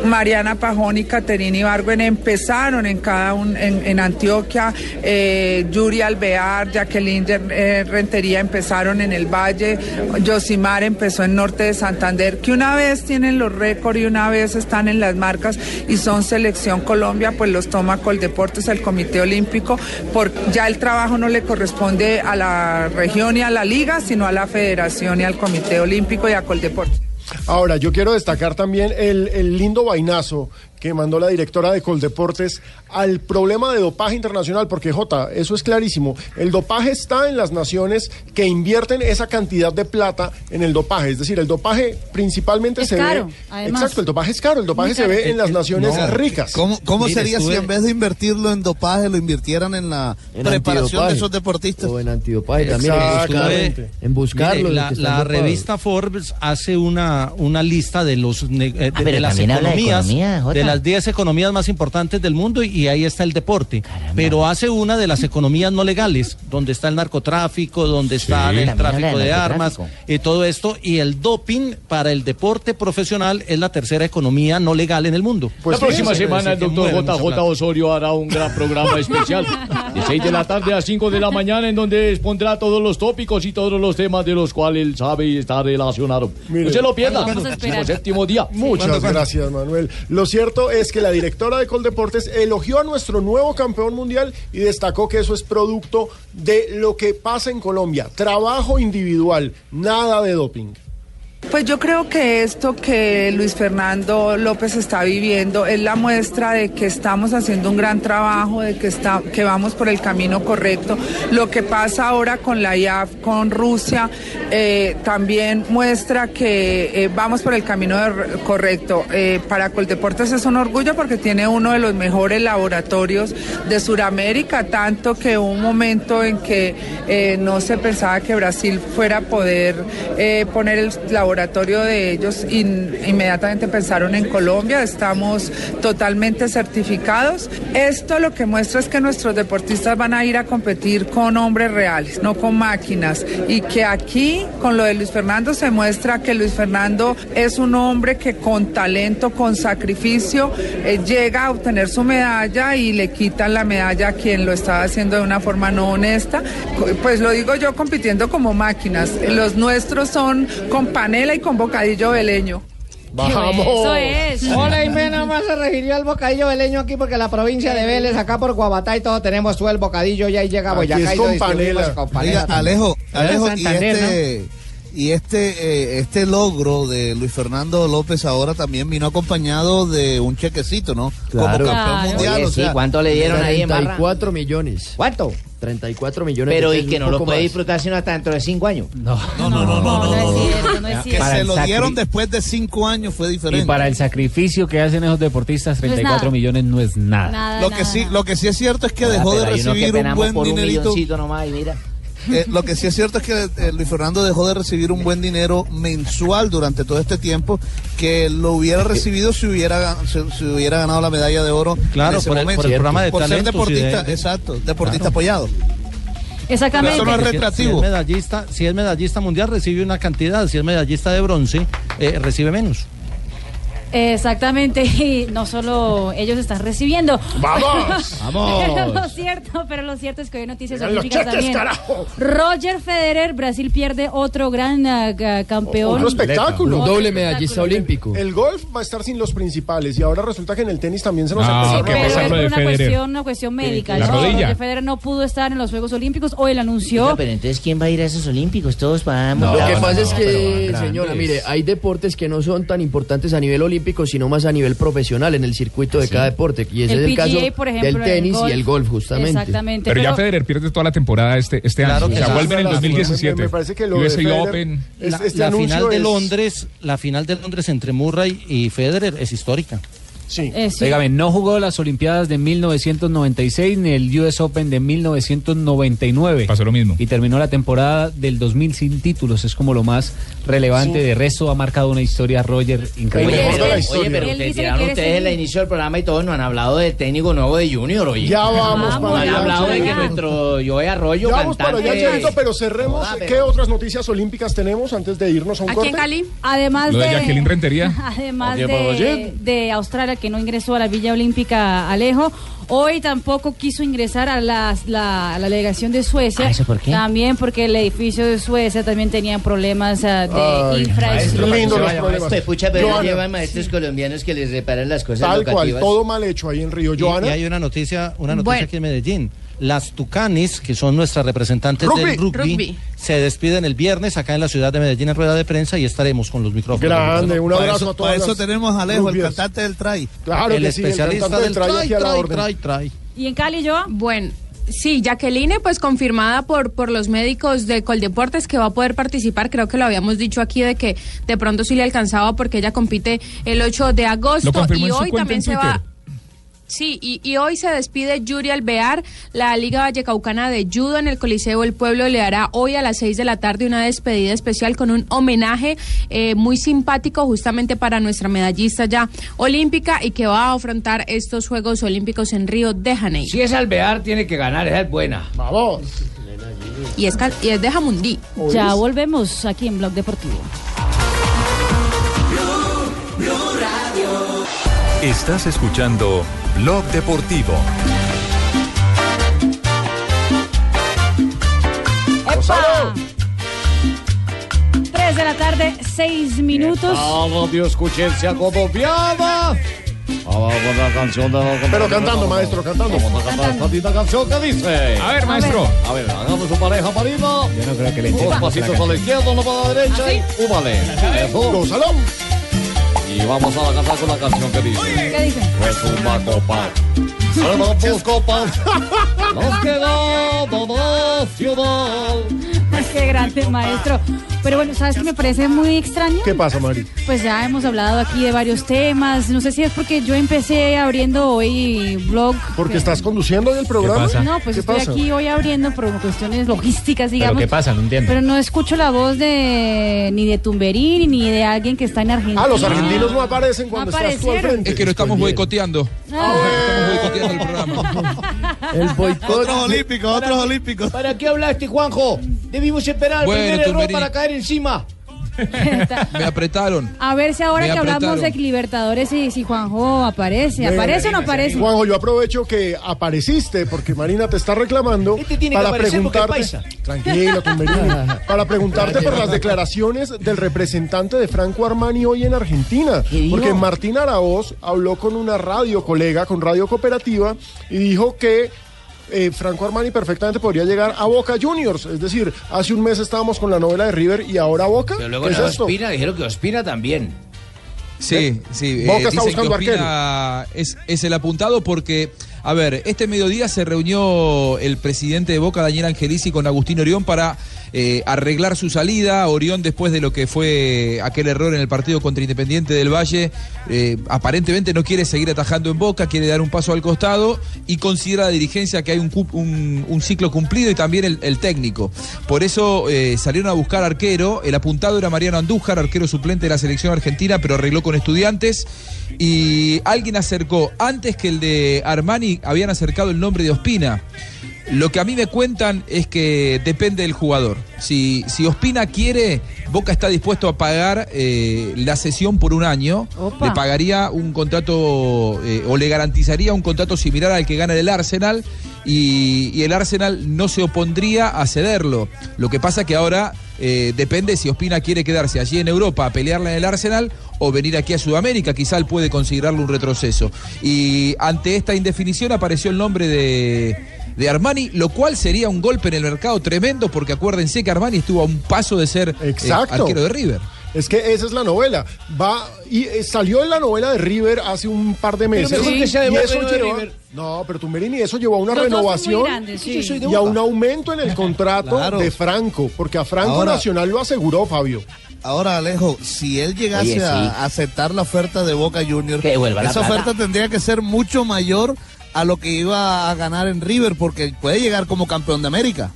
S3: Mariana Pajón y Caterina Ibargüen empezaron en cada un, en, en Antioquia, eh, Yuri Alvear, Jacqueline eh, Rentería empezaron en el Valle, Yosimar empezó en Norte de Santander, que una vez tienen los récords y una vez están en las marcas y son selección Colombia, pues los toma Coldeportes, el Comité Olímpico, porque ya el trabajo no le corresponde a la región y a la liga, sino a la federación y al Comité Olímpico y a Coldeportes.
S8: Ahora, yo quiero destacar también el, el lindo vainazo que mandó la directora de Coldeportes al problema de dopaje internacional, porque Jota, eso es clarísimo. El dopaje está en las naciones que invierten esa cantidad de plata en el dopaje. Es decir, el dopaje principalmente
S16: Es
S8: se
S16: caro,
S8: ve.
S16: además.
S8: Exacto, el dopaje es caro, el dopaje se ve
S9: Eh,
S8: en las naciones
S16: Eh, No.
S8: ricas.
S16: ¿Cómo, cómo sería si en vez de invertirlo en dopaje lo invirtieran en la preparación de
S17: antidopaje.
S16: esos deportistas?
S17: O en antidopaje también, en buscar-
S9: Estuve-
S17: en buscarlo.
S9: Mire, la, la revista Forbes hace una, una lista de los ne- eh, de,
S12: Ah, pero
S9: de las
S12: también habla de
S9: economías, de,
S12: economía, Jota.
S9: las 10 economías más importantes del mundo y, y ahí está el deporte. Pero hace una de las economías no legales, donde está el narcotráfico, donde está
S12: También
S9: el
S12: habla de
S9: tráfico de armas
S12: narcotráfico.
S9: y todo esto y el doping para el deporte profesional es la tercera economía no legal en el mundo.
S18: la Pues próxima semana el doctor JJ Osorio hará un gran programa especial de 6 de la tarde a 5 de la mañana en donde expondrá todos los tópicos y todos los temas de los cuales él sabe y está relacionado. No se lo pierda.
S8: Vamos a
S18: Próximo séptimo día.
S8: Muchas gracias, Manuel. Lo cierto es que la directora de Coldeportes elogió a nuestro nuevo campeón mundial y destacó que eso es producto de lo que pasa en Colombia. Trabajo individual, nada de doping.
S3: Pues yo creo que esto que Luis Fernando López está viviendo es la muestra de que estamos haciendo un gran trabajo, de que, está, que vamos por el camino correcto. Lo que pasa ahora con la IAF, con Rusia, eh, también muestra que eh, vamos por el camino de- correcto. Eh, para Coldeportes es un orgullo porque tiene uno de los mejores laboratorios de Sudamérica, tanto que hubo un momento en que eh, no se pensaba que Brasil fuera a poder eh, poner el laboratorio laboratorio de ellos in- inmediatamente pensaron en Colombia, estamos totalmente certificados. Esto lo que muestra es que nuestros deportistas van a ir a competir con hombres reales, no con máquinas, y que aquí con lo de Luis Fernando se muestra que Luis Fernando es un hombre que con talento, con sacrificio, eh, llega a obtener su medalla y le quitan la medalla a quien lo estaba haciendo de una forma no honesta. Co- Pues lo digo yo compitiendo como máquinas. Los nuestros son con panela y con bocadillo veleño.
S12: Oh.
S19: Eso es.
S20: Hola, y nada más se refirió al bocadillo veleño aquí porque la provincia de Vélez, acá por Guabatá y todo tenemos todo el bocadillo y ahí
S11: Ah,
S20: llega
S11: pues
S16: Aquí
S20: Boyacá
S16: es
S20: y lo
S16: con
S20: distribuimos
S16: panela.
S20: con panela
S16: Oiga,
S20: también.
S16: Alejo,
S20: Pero es
S16: Alejo, y
S20: Santander,
S16: este, y este, eh, este logro de Luis Fernando López ahora también vino acompañado de un chequecito, ¿no? Como campeón mundial.
S10: Oye,
S16: o
S10: sí,
S16: sea,
S10: ¿cuánto le dieron ahí en barra?
S11: 34 millones.
S20: ¿Cuánto?
S10: 34 millones
S11: Pero
S10: de
S11: y
S10: pesos,
S11: que no
S10: un
S11: lo
S10: poco
S11: puede
S10: más.
S11: disfrutar sino hasta dentro de cinco años.
S16: No, no, no, no, no, no, no. Que
S21: Para
S16: se
S21: el
S16: lo
S21: sacri-
S16: dieron después de cinco años fue diferente.
S21: Y para el sacrificio que hacen esos deportistas,
S16: No es
S21: 34
S16: nada.
S21: millones no es nada.
S16: lo que sí, lo que sí es cierto es que
S11: Ah,
S16: dejó de
S21: Ah, pero hay uno que
S16: recibir un
S21: penamos
S16: buen
S21: por un
S16: dinerito.
S21: milloncito
S11: nomás y mira.
S16: Eh, lo que sí es cierto es que eh, Luis Fernando dejó de recibir un buen dinero mensual durante todo este tiempo que lo
S21: Eh,
S16: hubiera recibido si hubiera gan- si, si hubiera ganado la medalla de oro
S9: Claro,
S16: en ese
S9: por el-
S16: momento.
S9: por el programa de
S16: por ser
S9: talentos y de-
S16: deportista,
S9: de-
S16: exacto, deportista apoyado. Eso no es
S9: Porque Si
S16: retractivo.
S9: es medallista, si es medallista mundial recibe una cantidad, si es medallista de bronce eh, recibe menos.
S5: Exactamente, [laughs] y no solo ellos están recibiendo. [laughs]
S9: ¡Vamos! ¡Vamos!
S5: Pero [laughs] lo cierto, pero lo cierto es que hoy hay noticias
S19: Llegan los
S5: científicas
S19: cheques,
S5: también.
S19: carajo.
S5: Roger Federer, Brasil pierde otro gran ah, ga- campeón.
S8: Otro espectáculo.
S5: Otro
S10: medallista olímpico.
S8: El golf va a estar sin los principales y ahora resulta que en el tenis también se nos
S13: Ah,
S8: ha
S13: ¿qué
S5: Pero es
S13: pasa lo
S5: por
S13: de
S5: una
S13: Federer?
S5: cuestión, una cuestión médica.
S13: La
S5: ¿no?
S13: rodilla.
S5: Roger Federer no pudo estar en los Juegos Olímpicos, hoy lo anunció.
S11: Oiga, pero entonces, ¿quién va a ir a esos olímpicos? Todos vamos.
S10: Lo que pasa es que, señora, mire, hay deportes que no son tan importantes a nivel olímpico, sino más a nivel profesional en el circuito de cada deporte. Y ese
S5: El
S10: es el
S5: PGA,
S10: caso
S5: por ejemplo,
S10: del
S5: el
S10: tenis
S5: golf.
S10: y el golf, justamente.
S5: Exactamente.
S13: Pero ya Federer pierde toda la temporada este, este
S9: Claro
S13: año.
S9: que
S13: O sea,
S9: sí.
S13: vuelve en el
S9: Me- me-
S13: 2017.
S9: me parece que lo de
S13: USA
S9: Federer- este
S13: Open.
S9: La,
S8: este
S9: la final de Londres, la final de Londres entre Murray y Federer es histórica.
S8: Sí.
S21: Óigame, no jugó las Olimpiadas de 1996 ni el US Open de 1999.
S13: Pasó lo mismo.
S21: Y terminó la temporada del 2000 sin títulos. Es como lo más relevante.
S11: Sí.
S21: De resto, ha marcado una historia Roger increíble.
S11: Oye, pero, oye, pero ustedes tiraron ustedes el inicio del programa y todos no han hablado del técnico nuevo de Junior, oye.
S8: Ya vamos
S11: No
S8: para
S11: han
S8: allá,
S11: hablado de que
S8: Cheito.
S11: nuestro Joey Arroyo
S8: Ya vamos para allá,
S11: cantante-
S8: Cheito, pero cerremos.
S11: Joda,
S8: ¿Qué otras noticias olímpicas tenemos antes de irnos a un corte?
S5: Además
S8: Lo de
S5: de,
S8: Jacqueline Rentería.
S5: [laughs] Además
S8: Oye, Babayer.
S5: de, de Australia, que no ingresó a la Villa Olímpica Alejo. Hoy tampoco quiso ingresar a las- la, a la delegación de Suecia.
S11: Ah, ¿eso por qué?
S5: También porque el edificio de Suecia también tenía problemas ah, de
S11: Ay,
S5: infraestructura.
S8: Lindo los
S11: Vaya,
S8: problemas.
S11: pues, pucha, pero
S8: Joana.
S11: llevan maestros colombianos que les reparan las cosas
S9: Tal
S8: Tal cual,
S11: educativas.
S8: todo mal hecho ahí en Río.
S9: Y,
S8: Joana.
S9: y hay una noticia, una noticia
S8: Bueno.
S9: aquí en Medellín. Las Tucanes, que son nuestras representantes
S8: Rugby.
S9: del rugby,
S8: Rugby.
S9: se despiden el viernes acá en la ciudad de Medellín en rueda de prensa y estaremos con los micrófonos.
S8: Grande, un
S9: Para
S8: abrazo
S9: eso-
S8: a todas
S9: para eso
S8: las
S9: tenemos a Alejo, el
S8: rubias.
S16: cantante del try.
S8: Claro
S9: el
S8: que sí, el
S9: especialista
S8: cantante
S9: del
S8: del try
S9: try,
S8: aquí a la
S9: try,
S8: orden.
S9: try, try.
S14: ¿Y en Cali, yo? Bueno, sí, Jacqueline, pues confirmada por, por los médicos de Coldeportes que va a poder participar. Creo que lo habíamos dicho aquí de que de pronto sí le alcanzaba porque ella compite el 8 de agosto
S13: Lo confirmó
S14: y
S13: en su
S14: hoy
S13: cuenta
S14: también
S13: en
S14: se
S13: Twitter.
S14: va. Sí, y, y hoy se despide Yuri Alvear. La Liga Vallecaucana de Judo en el Coliseo El Pueblo le hará hoy a las 6 de la tarde una despedida especial con un homenaje eh, muy simpático justamente para nuestra medallista ya olímpica y que va a afrontar estos Juegos Olímpicos en Río de Janeiro.
S11: Si es Alvear, tiene que ganar, esa es buena.
S8: Vamos.
S14: Y es, cal- y es de Jamundí.
S5: Ya volvemos aquí en Blog Deportivo.
S1: Estás escuchando Blog Deportivo.
S5: ¡Epa! Tres de la tarde, seis minutos.
S18: Ah, radio escuchencia como viada. Ah, vamos la canción de...
S8: Pero cantando, maestro, cantando.
S18: Vamos a cantar esta linda canción que dice...
S8: A ver, maestro.
S18: A ver, hagamos su pareja parida. Yo no creo que le Dos pasitos a la izquierda, uno para la derecha
S8: ¿Ah,
S18: y úvale. Eso.
S8: Gonzalo.
S18: Y vamos a cantar con la canción que dice... Pues
S5: ¿Qué dicen?
S18: Es una copa. Son dos copas. Nos quedamos dos ciudad.
S5: [laughs] Qué grande, maestro. Pero bueno, ¿sabes qué me parece muy extraño?
S8: ¿Qué pasa, Mari?
S5: Pues ya hemos hablado aquí de varios temas. No sé si es porque yo empecé abriendo hoy blog.
S8: Porque estás conduciendo hoy el programa.
S5: No, pues
S8: ¿Qué
S5: estoy
S8: pasa?
S5: aquí hoy abriendo por cuestiones logísticas, digamos.
S11: ¿Pero qué pasa? No entiendo.
S5: Pero no escucho la voz de ni de Tumberín ni de alguien que está en Argentina.
S8: Ah, los argentinos no aparecen cuando
S5: No
S8: estás tú al
S5: aparecieron.
S8: frente.
S22: Es que lo estamos boicoteando.
S10: El
S8: [laughs]
S10: boicot.
S16: Otros olímpicos, otros olímpicos.
S10: ¿Para qué hablaste, Juanjo? Debimos esperar
S22: Bueno,
S10: el primer error
S22: Tumberí.
S10: para caer encima.
S22: Me apretaron.
S5: A ver si ahora
S22: Me
S5: que hablamos de
S22: apretaron.
S5: Libertadores y si Juanjo aparece. ¿Aparece o no aparece?
S8: Juanjo, yo aprovecho que apareciste porque Marina te está reclamando
S5: tiene que
S8: para
S5: aparecer porque es
S8: preguntarte.
S5: paisa. [laughs]
S8: Tranquila, Tumberini. para preguntarte por las declaraciones del representante de Franco Armani hoy en Argentina. Porque Martín Araoz habló con una radio colega, con Radio Cooperativa, y dijo que. eh, Franco Armani perfectamente podría llegar a Boca Juniors. Es decir, hace un mes estábamos con la novela de River y ahora Boca.
S11: Pero
S8: ¿Qué
S11: luego
S8: es
S11: la
S8: esto?
S11: Ospina, dijeron que Ospina también.
S22: Sí, sí. eh,
S8: Boca está
S22: dicen
S8: buscando
S22: que Ospina es, es el apuntado porque, a ver, este mediodía se reunió el presidente de Boca, Daniel Angelici, con Agustín Orión para eh, arreglar su salida. Orión, después de lo que fue aquel error en el partido contra Independiente del Valle, eh, aparentemente no quiere seguir atajando en Boca, quiere dar un paso al costado y considera la dirigencia que hay un, cu- un- un ciclo cumplido y también el, el técnico. Por eso eh, salieron a buscar arquero. El apuntado era Mariano Andújar, arquero suplente de la selección argentina, pero arregló con estudiantes. Y alguien acercó, antes que el de Armani, habían acercado el nombre de Ospina. Lo que a mí me cuentan es que depende del jugador. Si, si Ospina quiere, Boca está dispuesto a pagar eh, la sesión por un año. Le pagaría un contrato eh, o le garantizaría un contrato similar al que gana el Arsenal y, y el Arsenal no se opondría a cederlo. Lo que pasa que ahora eh, depende si Ospina quiere quedarse allí en Europa a pelearla en el Arsenal o venir aquí a Sudamérica, quizá él puede considerarlo un retroceso. Y ante esta indefinición apareció el nombre de de Armani, lo cual sería un golpe en el mercado tremendo, porque acuérdense que Armani estuvo a un paso de ser eh,
S8: Exacto.
S22: arquero de River.
S8: Es que esa es la novela. Va y eh, salió en la novela de River hace un par de meses.
S4: mejor que sea de
S8: y
S4: Boca y
S8: eso
S4: no de
S8: llevó-
S4: River.
S8: No, pero Tumberini, eso llevó a una
S4: Los dos son muy
S8: renovación
S4: grandes, sí. Yo soy de
S8: y a
S4: Boca.
S8: un aumento en el contrato
S16: Claro.
S8: de Franco, porque a Franco
S16: Ahora-
S8: Nacional lo aseguró, Fabio.
S16: Ahora, Alejo, si él llegase
S8: Oye, sí.
S16: a aceptar la oferta de Boca Juniors,
S8: Que
S16: esa
S8: devuelva la plata.
S16: oferta tendría que ser mucho mayor a lo que iba a ganar en River, porque puede llegar como campeón de América.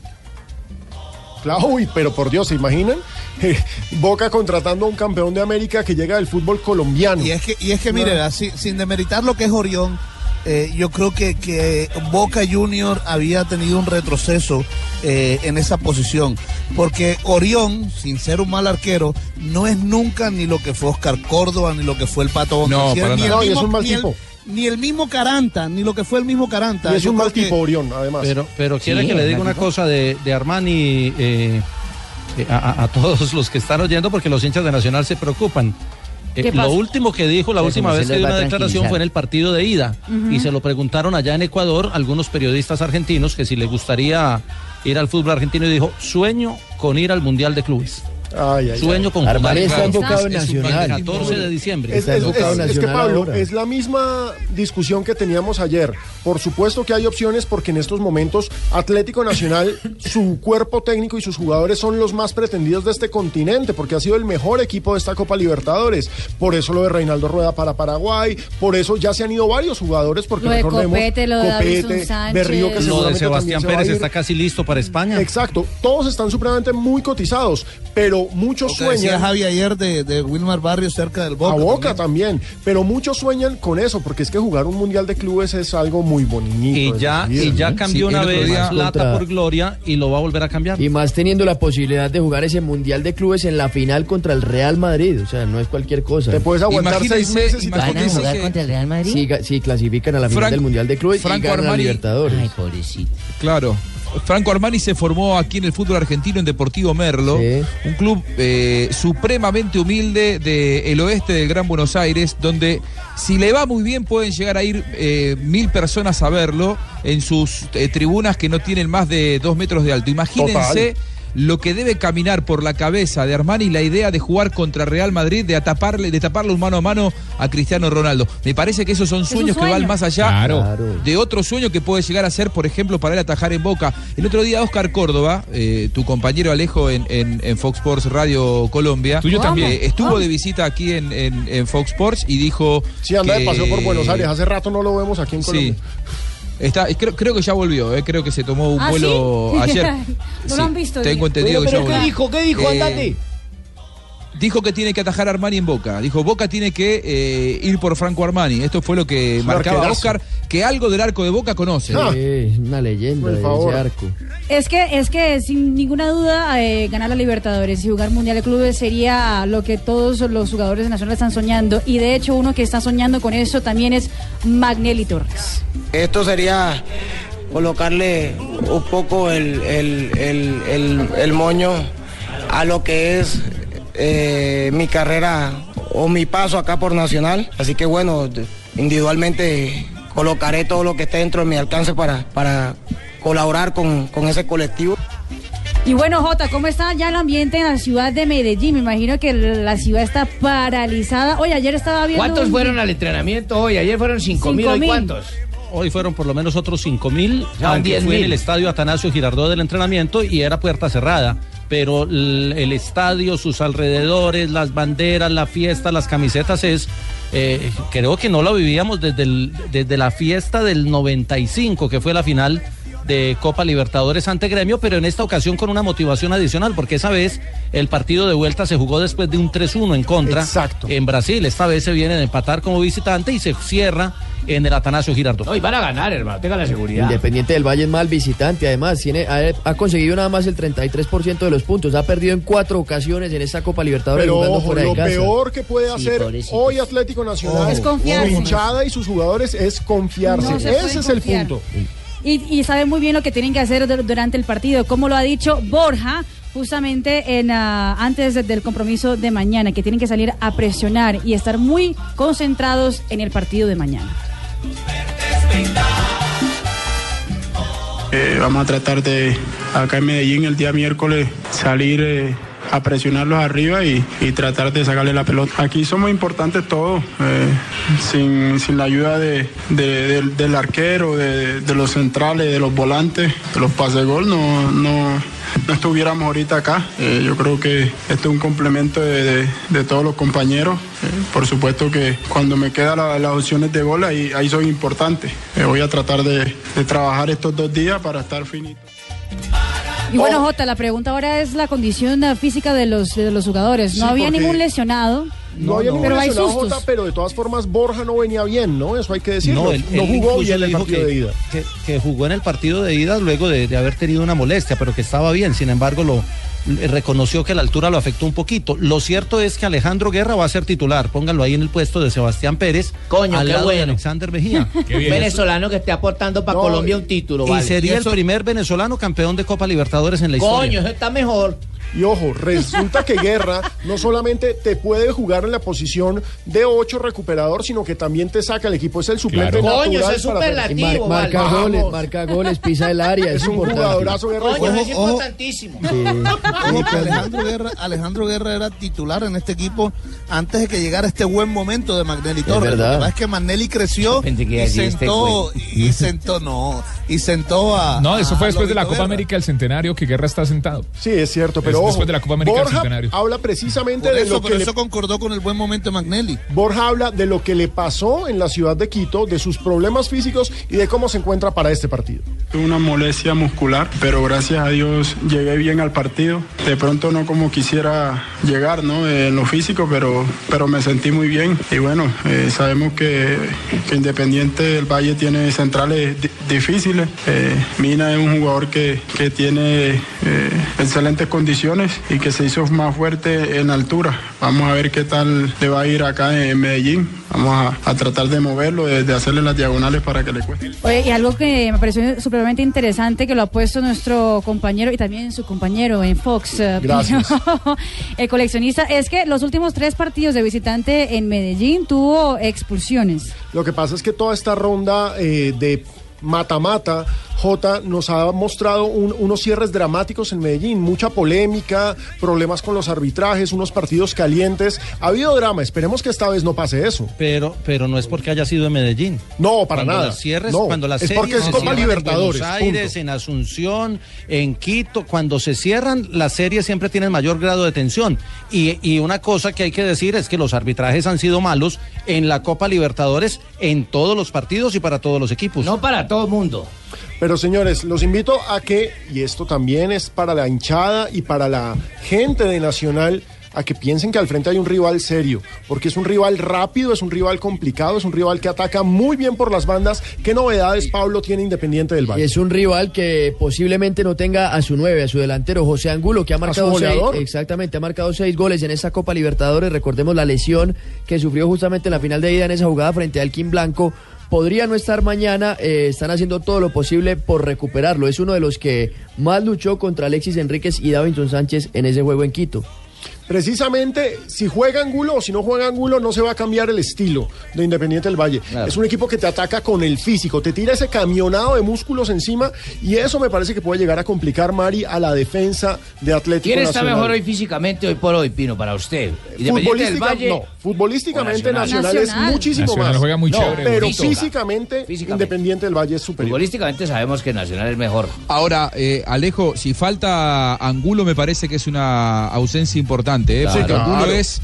S8: Claro, uy, pero por Dios, ¿se imaginan? [laughs] Eh, Boca contratando a un campeón de América que llega del fútbol colombiano.
S16: Y es que, y es que mire, así, sin demeritar lo que es Orión, eh, yo creo que, que Boca Junior había tenido un retroceso eh, en esa posición. Porque Orión, sin ser un mal arquero, no es nunca ni lo que fue Oscar Córdoba, ni lo que fue el Pato Bonficiel,
S8: para
S16: ni, el
S8: nada. No, y es
S16: mismo-
S8: un mal
S16: ni el-
S8: tipo.
S16: ni el mismo Caranta, ni lo que fue el mismo Caranta.
S8: Y es
S16: Yo
S8: un
S16: creo
S8: mal
S16: que-
S8: tipo, Orión, además.
S9: Pero, pero quiere
S8: Sí,
S9: que le diga
S8: Hernán
S9: una
S8: Rico.
S9: cosa de, de Armani eh, eh, a, a- a todos los que están oyendo, porque los hinchas de Nacional se preocupan. Eh,
S12: ¿Qué pasa?
S9: lo último que dijo, la
S12: Pero
S9: última
S12: como
S9: vez
S12: se
S9: que
S12: les
S9: dio
S12: va
S9: una
S12: a
S9: declaración fue en
S12: tranquilizar.
S9: el partido de ida
S12: Ujú.
S9: y se lo preguntaron allá en Ecuador algunos periodistas argentinos que si le gustaría ir al fútbol argentino y dijo, sueño con ir al Mundial de Clubes.
S8: Ay, ay,
S9: sueño
S8: ay.
S9: con
S8: Armani
S9: jugar.
S8: está
S9: Claro.
S8: invocado en
S9: Es- es un
S8: Nacional.
S9: 14 de diciembre.
S8: Es, es- es- es que Pablo,
S9: eh,
S8: es la misma discusión que teníamos ayer. Por supuesto que hay opciones porque en estos momentos Atlético Nacional, su cuerpo técnico y sus jugadores son los más pretendidos de este continente porque ha sido el mejor equipo de esta Copa Libertadores. Por eso lo de Reinaldo Rueda para Paraguay, por eso ya se han ido varios jugadores porque
S5: Lo de
S8: recordemos
S5: Copete, lo de Davinson Sánchez.
S8: Berrío que
S9: Lo de
S8: seguramente
S9: Sebastián
S8: también se va a
S9: Pérez
S8: ir.
S9: está casi listo para España.
S8: Exacto, todos están supremamente muy cotizados, pero muchos
S16: Lo que decía
S8: sueñan.
S16: Javi ayer de, de Wilmar Barrio cerca del Boca.
S8: a Boca también. pero muchos sueñan con eso, porque es que jugar un mundial de clubes es algo muy bonito.
S9: Y ya, y ya cambió una vez plata por gloria y lo va a volver a cambiar.
S10: Y más teniendo la posibilidad de jugar ese Mundial de Clubes en la final contra el Real Madrid. O sea, no es cualquier cosa.
S8: Te puedes aguantar seis Imagínense- meses y te-
S10: ¿Van a
S8: imagínense
S10: jugar
S8: que-
S10: contra el Real Madrid? Sí, ga- sí, clasifican a la final
S22: Franco-
S10: del Mundial de Clubes y
S22: Franco
S10: ganan la
S22: Armani-
S10: Libertadores.
S22: Ay, Claro. Franco Armani se formó aquí en el fútbol argentino en Deportivo Merlo, un club eh, supremamente humilde del oeste del Gran Buenos Aires, donde si le va muy bien pueden llegar a ir eh, mil personas a verlo en sus eh, tribunas que no tienen más de dos metros de alto. Imagínense
S23: Total.
S22: lo que debe caminar por la cabeza de Armani la idea de jugar contra Real Madrid, de ataparle, de taparle un mano a mano a Cristiano Ronaldo. Me parece que esos son
S13: un
S22: sueños que
S13: sueño.
S22: van más allá
S13: Claro.
S22: de otro sueño que puede llegar a ser, por ejemplo, para él atajar en Boca. El otro día Oscar Córdoba, eh, tu compañero Alejo en, en- en Fox Sports Radio Colombia,
S8: Tuyo también.
S22: eh, estuvo
S8: Vamos.
S22: de visita aquí en, en- en Fox Sports y dijo...
S8: Sí, anda de
S22: que-
S8: paseo por Buenos Aires. Hace rato no lo vemos aquí en Colombia.
S22: Sí. Está, creo, creo que ya volvió, eh, creo que se tomó un
S8: ¿Ah,
S22: vuelo
S8: [laughs]
S5: [laughs]
S8: sí?
S22: ayer.
S8: No lo han visto,
S22: Tengo
S8: diga.
S22: entendido
S8: Oye,
S22: que ya
S8: pero ¿qué
S22: volvió.
S8: dijo? ¿Qué dijo? Andate.
S22: Dijo que tiene que atajar a Armani en Boca. Dijo, Boca tiene que eh, ir por Franco Armani. Esto fue lo que
S10: un
S22: marcaba
S10: arquerazo.
S22: Oscar, que algo del arco de Boca conoce.
S8: Ah.
S10: Sí, una leyenda
S22: Por
S10: de
S22: favor.
S10: ese arco.
S5: Es que, es que sin ninguna duda eh, ganar la Libertadores y jugar Mundial de Clubes sería lo que todos los jugadores de Nacional están soñando. Y de hecho uno que está soñando con eso también es Magnelli Torres.
S23: Esto sería colocarle un poco el, el- el- el- el moño a lo que es eh, mi carrera o mi paso acá por Nacional. Así que bueno, d- individualmente colocaré todo lo que esté dentro de mi alcance para, para colaborar con- con ese colectivo.
S5: Y bueno, Jota, ¿cómo está ya el ambiente en la ciudad de Medellín? Me imagino que la ciudad está paralizada. Oye, ayer estaba viendo...
S11: ¿Cuántos
S5: un-
S11: fueron al entrenamiento hoy? Ayer fueron cinco mil,
S5: Cinco
S11: ¿hoy
S5: mil.
S11: cuántos?
S9: Hoy fueron por lo menos otros 5 mil,
S11: Ya van
S9: aunque
S11: 10.000.
S9: fue en el estadio Atanasio Girardot del entrenamiento y era puerta cerrada. Pero l- el estadio, sus alrededores, las banderas, la fiesta, las camisetas es. eh, creo que no lo vivíamos desde, el- desde la fiesta del 95, que fue la final de Copa Libertadores ante Gremio, pero en esta ocasión con una motivación adicional, porque esa vez el partido de vuelta se jugó después de un 3-1 en contra en Brasil. Esta vez se vienen a empatar como visitante y se cierra en el Atanasio Girardot.
S11: No, y van a ganar, hermano, tenga la seguridad.
S10: Independiente del Valle es mal visitante, además tiene, ha, ha conseguido nada más el 33% de los puntos, ha perdido en cuatro ocasiones en esta Copa Libertadores
S8: Pero
S10: jugando
S8: ojo,
S10: fuera
S8: lo
S10: de casa.
S8: peor que puede hacer
S10: pobrecito.
S8: hoy Atlético Nacional,
S10: Es
S8: su
S10: confiarse.
S8: hinchada y sus jugadores, es confiarse.
S5: No se pueden
S8: Ese es el
S5: confiar.
S8: punto.
S5: Y, y saben muy bien lo que tienen que hacer dur- durante el partido, como lo ha dicho Borja justamente en ah, antes de- del compromiso de mañana, que tienen que salir a presionar y estar muy concentrados en el partido de mañana.
S24: Eh, vamos a tratar de, acá en Medellín, el día miércoles, salir eh, a presionarlos arriba y, y tratar de sacarle la pelota. Aquí somos importantes todos, eh, sin, sin la ayuda de- de- del, del arquero, de, de los centrales, de los volantes, de los pases de gol, no, no, no estuviéramos ahorita acá. Eh, yo creo que este es un complemento de, de- de todos los compañeros. Eh, por supuesto que cuando me quedan la- las opciones de gol, ahí, ahí son importantes. Eh, voy a tratar de, de trabajar estos dos días para estar finito.
S5: Y bueno,
S8: Oh.
S5: Jota, la pregunta ahora es la condición ah, física de los, de los jugadores. No
S8: Sí,
S5: había
S8: porque-
S5: ningún lesionado,
S8: No, había ningún
S5: pero hay
S8: lesionado,
S5: sustos.
S8: Jota, pero de todas formas Borja no venía bien, ¿no? Eso hay que decirlo. No,
S9: él- él
S8: jugó
S9: incluso
S8: bien
S9: le
S8: el
S9: dijo
S8: partido
S9: que,
S8: de ida.
S9: Que, que jugó en el partido de ida luego de, de haber tenido una molestia, pero que estaba bien. Sin embargo, lo le reconoció que la altura lo afectó un poquito. Lo cierto es que Alejandro Guerra va a ser titular. Pónganlo ahí en el puesto de Sebastián Pérez.
S12: Coño,
S9: al
S12: qué
S9: lado de
S12: bueno.
S9: Alexander
S21: [laughs]
S9: Mejía.
S12: Un venezolano que esté aportando para Colombia un título,
S9: Y
S12: vale.
S9: sería
S12: Y eso-
S9: el primer venezolano campeón de Copa Libertadores en la historia.
S12: Coño, eso está mejor.
S8: Y ojo, resulta que Guerra no solamente te puede jugar en la posición de 8 recuperador, sino que también te saca el equipo. Es el suplente
S10: Claro.
S8: natural.
S10: Coño, eso es
S8: para-
S10: superlativo, Y mar- vale. marca
S8: Vamos.
S10: goles, marca goles, pisa el área,
S8: Es
S10: es
S8: un
S10: importante.
S8: jugadorazo Guerra.
S10: Coño,
S8: Ojo,
S10: eso es
S8: ojo.
S12: importantísimo.
S16: Ojo que pues Alejandro Guerra, Alejandro Guerra era titular en este equipo antes de que llegara este buen momento de Magnelli Torres.
S10: verdad.
S16: Lo que pasa es que Magnelli creció
S11: pensé que iba a
S16: y
S11: decir este
S16: sentó, y sentó, no, y sentó a.
S13: No, eso
S16: a
S9: Ah,
S13: fue después de la
S16: Lobito
S13: Copa América del Centenario que Guerra está sentado.
S8: Sí, es cierto,
S13: Es
S8: pero
S13: después
S8: ojo,
S13: de la Copa América del
S8: Borja
S13: Centenario.
S8: habla precisamente
S16: Por
S8: de
S16: eso,
S8: lo
S16: pero
S8: que le-
S16: eso concordó con el buen momento de Magnelli.
S8: Borja habla de lo que le pasó en la ciudad de Quito, de sus problemas físicos y de cómo se encuentra para este partido.
S24: Tuve una molestia muscular, pero gracias a Dios llegué bien al partido. De pronto no como quisiera llegar, ¿no? Eh, En lo físico, pero, pero me sentí muy bien. Y bueno, eh, sabemos que, que Independiente del Valle tiene centrales di- difíciles. Eh, Mina es un jugador que, que tiene eh, excelentes condiciones y que se hizo más fuerte en altura. Vamos a ver qué tal le va a ir acá en Medellín. Vamos a, a tratar de moverlo, de, de hacerle las diagonales para que le cueste.
S5: Oye, y algo que me pareció supremamente interesante que lo ha puesto nuestro compañero y también su compañero en Fox, eh,
S24: Gracias.
S5: Pino, [laughs] el coleccionista, es que los últimos tres partidos de visitante en Medellín tuvo expulsiones.
S8: Lo que pasa es que toda esta ronda eh, de mata-mata J nos ha mostrado un- unos cierres dramáticos en Medellín, mucha polémica, problemas con los arbitrajes, unos partidos calientes. Ha habido drama, esperemos que esta vez no pase eso.
S9: Pero, pero no es porque haya sido en Medellín.
S8: No, para
S9: cuando
S8: nada.
S9: Las cierres,
S8: No,
S9: cuando las
S8: es porque
S9: series
S8: es
S9: se
S8: Copa
S9: cierran
S8: Libertadores,
S9: En Buenos Aires,
S8: punto.
S9: en Asunción, en Quito, cuando se cierran, las series siempre tienen mayor grado de tensión. Y, y una cosa que hay que decir es que los arbitrajes han sido malos en la Copa Libertadores, en todos los partidos y para todos los equipos. No
S8: para todo mundo. Pero señores, los invito a que, y esto también es para la hinchada y para la gente de Nacional, a que piensen que al frente hay un rival serio, porque es un rival rápido, es un rival complicado, es un rival que ataca muy bien por las bandas. ¿Qué novedades Pablo tiene Independiente del
S10: Y
S8: Valle?
S10: es un rival que posiblemente no tenga a su 9, a su delantero José Angulo, que ha marcado seis,
S8: goleador?
S10: exactamente, ha marcado seis goles en esa Copa Libertadores. Recordemos la lesión que sufrió justamente en la final de ida en esa jugada frente al Kim Blanco. Podría no estar mañana, eh, están haciendo todo lo posible por recuperarlo. Es uno de los que más luchó contra Alexis Enríquez y Davinson Sánchez en ese juego en Quito.
S8: Precisamente, si juega Angulo o si no juega Angulo, no se va a cambiar el estilo de Independiente del Valle. Es un equipo que te ataca con el físico, te tira ese camionado de músculos encima y eso me parece que puede llegar a complicar, Mari, a la defensa de Atlético
S11: ¿Quién está
S8: Nacional.
S11: mejor hoy físicamente, hoy por hoy, Pino, para usted? Independiente del
S8: Futbolística-
S11: Valle.
S8: no, futbolísticamente
S11: o
S8: Nacional, es muchísimo
S11: Nacional
S8: más.
S11: juega muy
S8: No,
S11: chévere,
S8: pero
S11: bonito.
S8: físicamente, Independiente del Valle es superior.
S11: Futbolísticamente sabemos que Nacional es mejor.
S22: Ahora, eh, Alejo, si falta Angulo, me parece que es una ausencia importante. ¿eh?
S11: Claro.
S22: Porque
S11: Sí, claro.
S22: Angulo es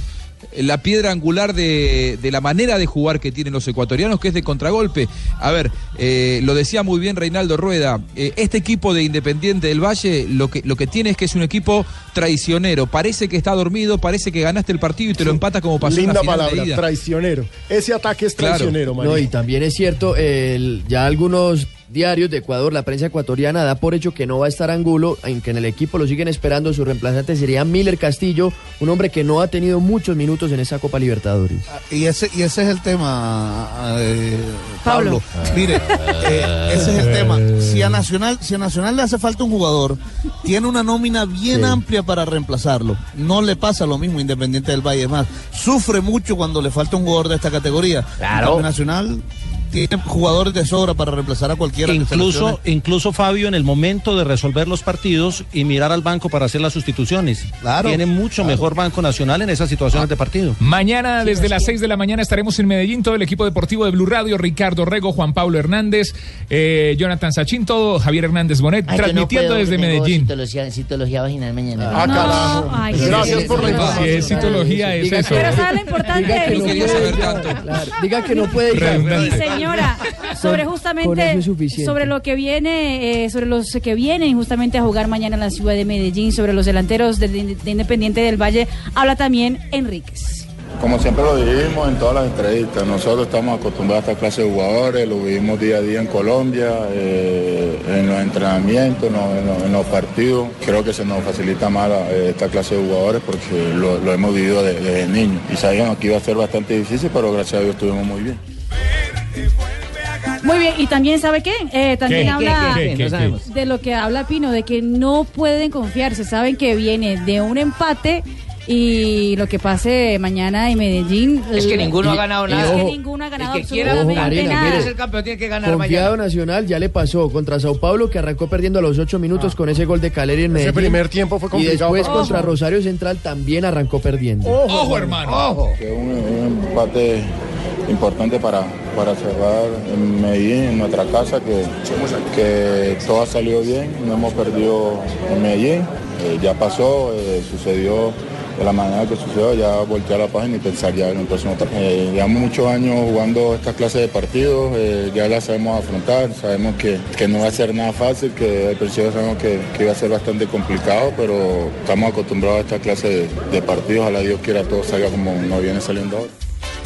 S22: la piedra angular de, de la manera de jugar que tienen los ecuatorianos, que es de contragolpe. A ver, eh, lo decía muy bien Reinaldo Rueda, eh, este equipo de Independiente del Valle lo que, lo que tiene es que es un equipo traicionero. Parece que está dormido, parece que ganaste el partido y te lo empata como pasó en
S8: Linda
S22: la final de
S8: palabra,
S22: ida.
S8: traicionero. Ese ataque es
S22: Claro.
S8: traicionero, Mari.
S10: No, y también es cierto, el- ya algunos diarios de Ecuador, la prensa ecuatoriana da por hecho que no va a estar Angulo, aunque en el equipo lo siguen esperando, su reemplazante sería Miller Castillo, un hombre que no ha tenido muchos minutos en esa Copa Libertadores.
S16: Ah, Y ese, y ese es el tema, eh, Pablo.
S10: Pablo.
S16: Mire, eh, ese es el tema. Si a, Nacional, si a Nacional le hace falta un jugador, tiene una nómina bien amplia para reemplazarlo. No le pasa lo mismo Independiente del Valle. Es más, sufre mucho cuando le falta un jugador de esta categoría.
S9: Claro.
S16: En cambio, Nacional tiene jugadores de sobra para reemplazar a cualquiera. que se
S9: Incluso,
S16: lesione.
S9: incluso Fabio, en el momento de resolver los partidos y mirar al banco para hacer las sustituciones, tiene mucho mejor Banco Nacional en esas
S8: Ah.
S9: situaciones de partido.
S13: Mañana, desde las 6 de la mañana, estaremos en Medellín. Todo el equipo deportivo de Blue Radio, Ricardo Rego, Juan Pablo Hernández, eh, Jonathan Sachin, todo, Javier Hernández Bonet,
S12: Ay, yo no
S13: transmitiendo
S12: puedo,
S13: desde
S12: tengo
S13: Medellín.
S12: Citología, citología vaginal mañana.
S13: Ah, No, carajo. ay, qué Gracias por la vergüenza. información. Sí, es citología, es eso. Pero
S5: ¿sabe lo importante?
S10: Diga que
S5: No
S10: no
S5: quería
S10: puede
S5: saber
S10: ir. Claro, diga que no puede ir.
S5: Sí, señora, sobre
S10: Con- con
S5: justamente
S10: eso es suficiente.
S5: sobre lo que viene, eh, sobre los que vienen justamente a jugar mañana en la ciudad de Medellín, sobre los delanteros del de, de Independiente del Valle, habla también Enríquez.
S25: Como siempre lo dijimos en todas las entrevistas, nosotros estamos acostumbrados a esta clase de jugadores, lo vivimos día a día en Colombia, eh, en los entrenamientos, en los, en los- en los partidos. Creo que se nos facilita más la- eh, esta clase de jugadores porque lo, lo hemos vivido de- desde niños. Y sabíamos que iba a ser bastante difícil, pero gracias a Dios estuvimos muy bien.
S5: Muy bien, y también sabe qué, Eh, también
S25: ¿Qué?
S5: habla
S25: ¿Qué? ¿Qué? ¿Qué? No sabemos.
S5: de lo que habla Pino, de que no pueden confiarse, saben que viene de un empate. Y lo que pase mañana en Medellín.
S11: Es que ninguno ha ganado nada.
S5: Es que
S11: Ojo,
S5: ninguno ha ganado
S11: El que quiera
S5: absolutamente
S11: jugar, el que
S5: nada.
S11: quiera ser campeón tiene que ganar mañana.
S10: Confiado Nacional ya le pasó contra Sao Paulo que arrancó perdiendo a los 8 minutos con ese gol de Caleri en
S8: Ese
S10: Medellín.
S8: primer tiempo fue complicado
S10: Y después
S8: para
S10: contra
S8: Nacional.
S10: Rosario Central también arrancó perdiendo.
S25: Que un, un empate importante para, para cerrar en Medellín, en nuestra casa, que, que todo ha salido bien, no hemos perdido en Medellín, Eh, ya pasó, eh, sucedió de la manera que sucedió, ya voltear la página y pensar ya en el próximo partido. Eh, llevamos muchos años jugando estas clases de partidos, eh, ya las sabemos afrontar, sabemos que, que no va a ser nada fácil, que al principio sabemos que, que iba a ser bastante complicado, pero estamos acostumbrados a esta clase de, de partidos, ojalá Dios quiera todo salga como nos viene saliendo ahora.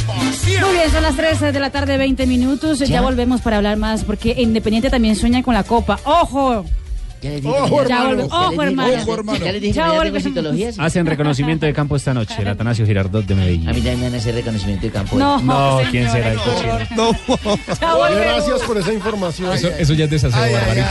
S5: Muy bien, son las 13 de la tarde, 20 minutos. Ya, volvemos para hablar más, porque Independiente también sueña con la copa. ¡Ojo!
S12: Ojo,
S5: ya
S12: hermano.
S5: volve- Ojo, hermano.
S12: Ojo, hermano. Ya les dije,
S5: Ya
S12: mañana
S5: volvemos.
S12: tengo citología, sí.
S21: Hacen reconocimiento de campo esta noche, el Atanasio Girardot de Medellín.
S12: A mí también me van a hacer reconocimiento de campo.
S5: No,
S8: [laughs]
S21: No, ¿quién será el cochino?
S8: Gracias por esa información.
S13: Eso, eso ya es desaseo, Barbarita.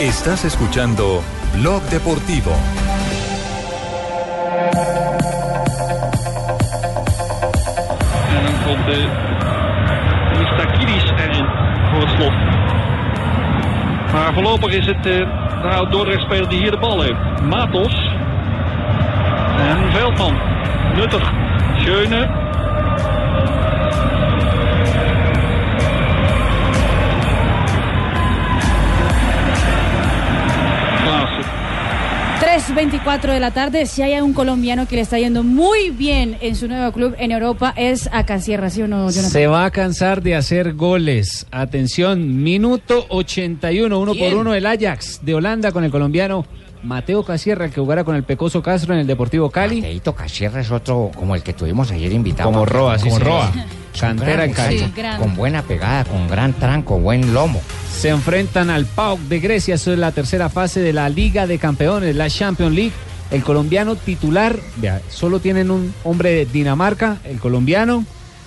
S1: Estás escuchando Blog Deportivo.
S7: de Mistakidis erin voor het slot. Maar voorlopig is het eh, de oud speler die hier de bal heeft. Matos. En Veldman. Nuttig. Schöne. Klaassen.
S5: 3.24 de la tarde, si hay un colombiano que le está yendo muy bien en su nuevo club en Europa, es a Casierra, ¿sí o no, Jonathan?
S21: Se va a cansar de hacer goles. Atención, minuto 81, uno
S5: ¿Quién?
S21: por uno el Ajax de Holanda con el colombiano Mateo Casierra que jugara con el Pecoso Castro en el Deportivo Cali. Mateito Casierra es otro como el que tuvimos ayer invitado. Como Roa, sí,
S26: Como
S21: señor.
S26: Roa.
S21: Cantera en
S26: Gran
S21: cancha.
S26: muchacho, Sí, con
S21: buena pegada, con gran tranco, buen lomo. Se enfrentan al PAOK de Grecia, eso es la tercera fase de la Liga de Campeones, la Champions League. El colombiano titular, vea, solo tienen un hombre de Dinamarca, el colombiano,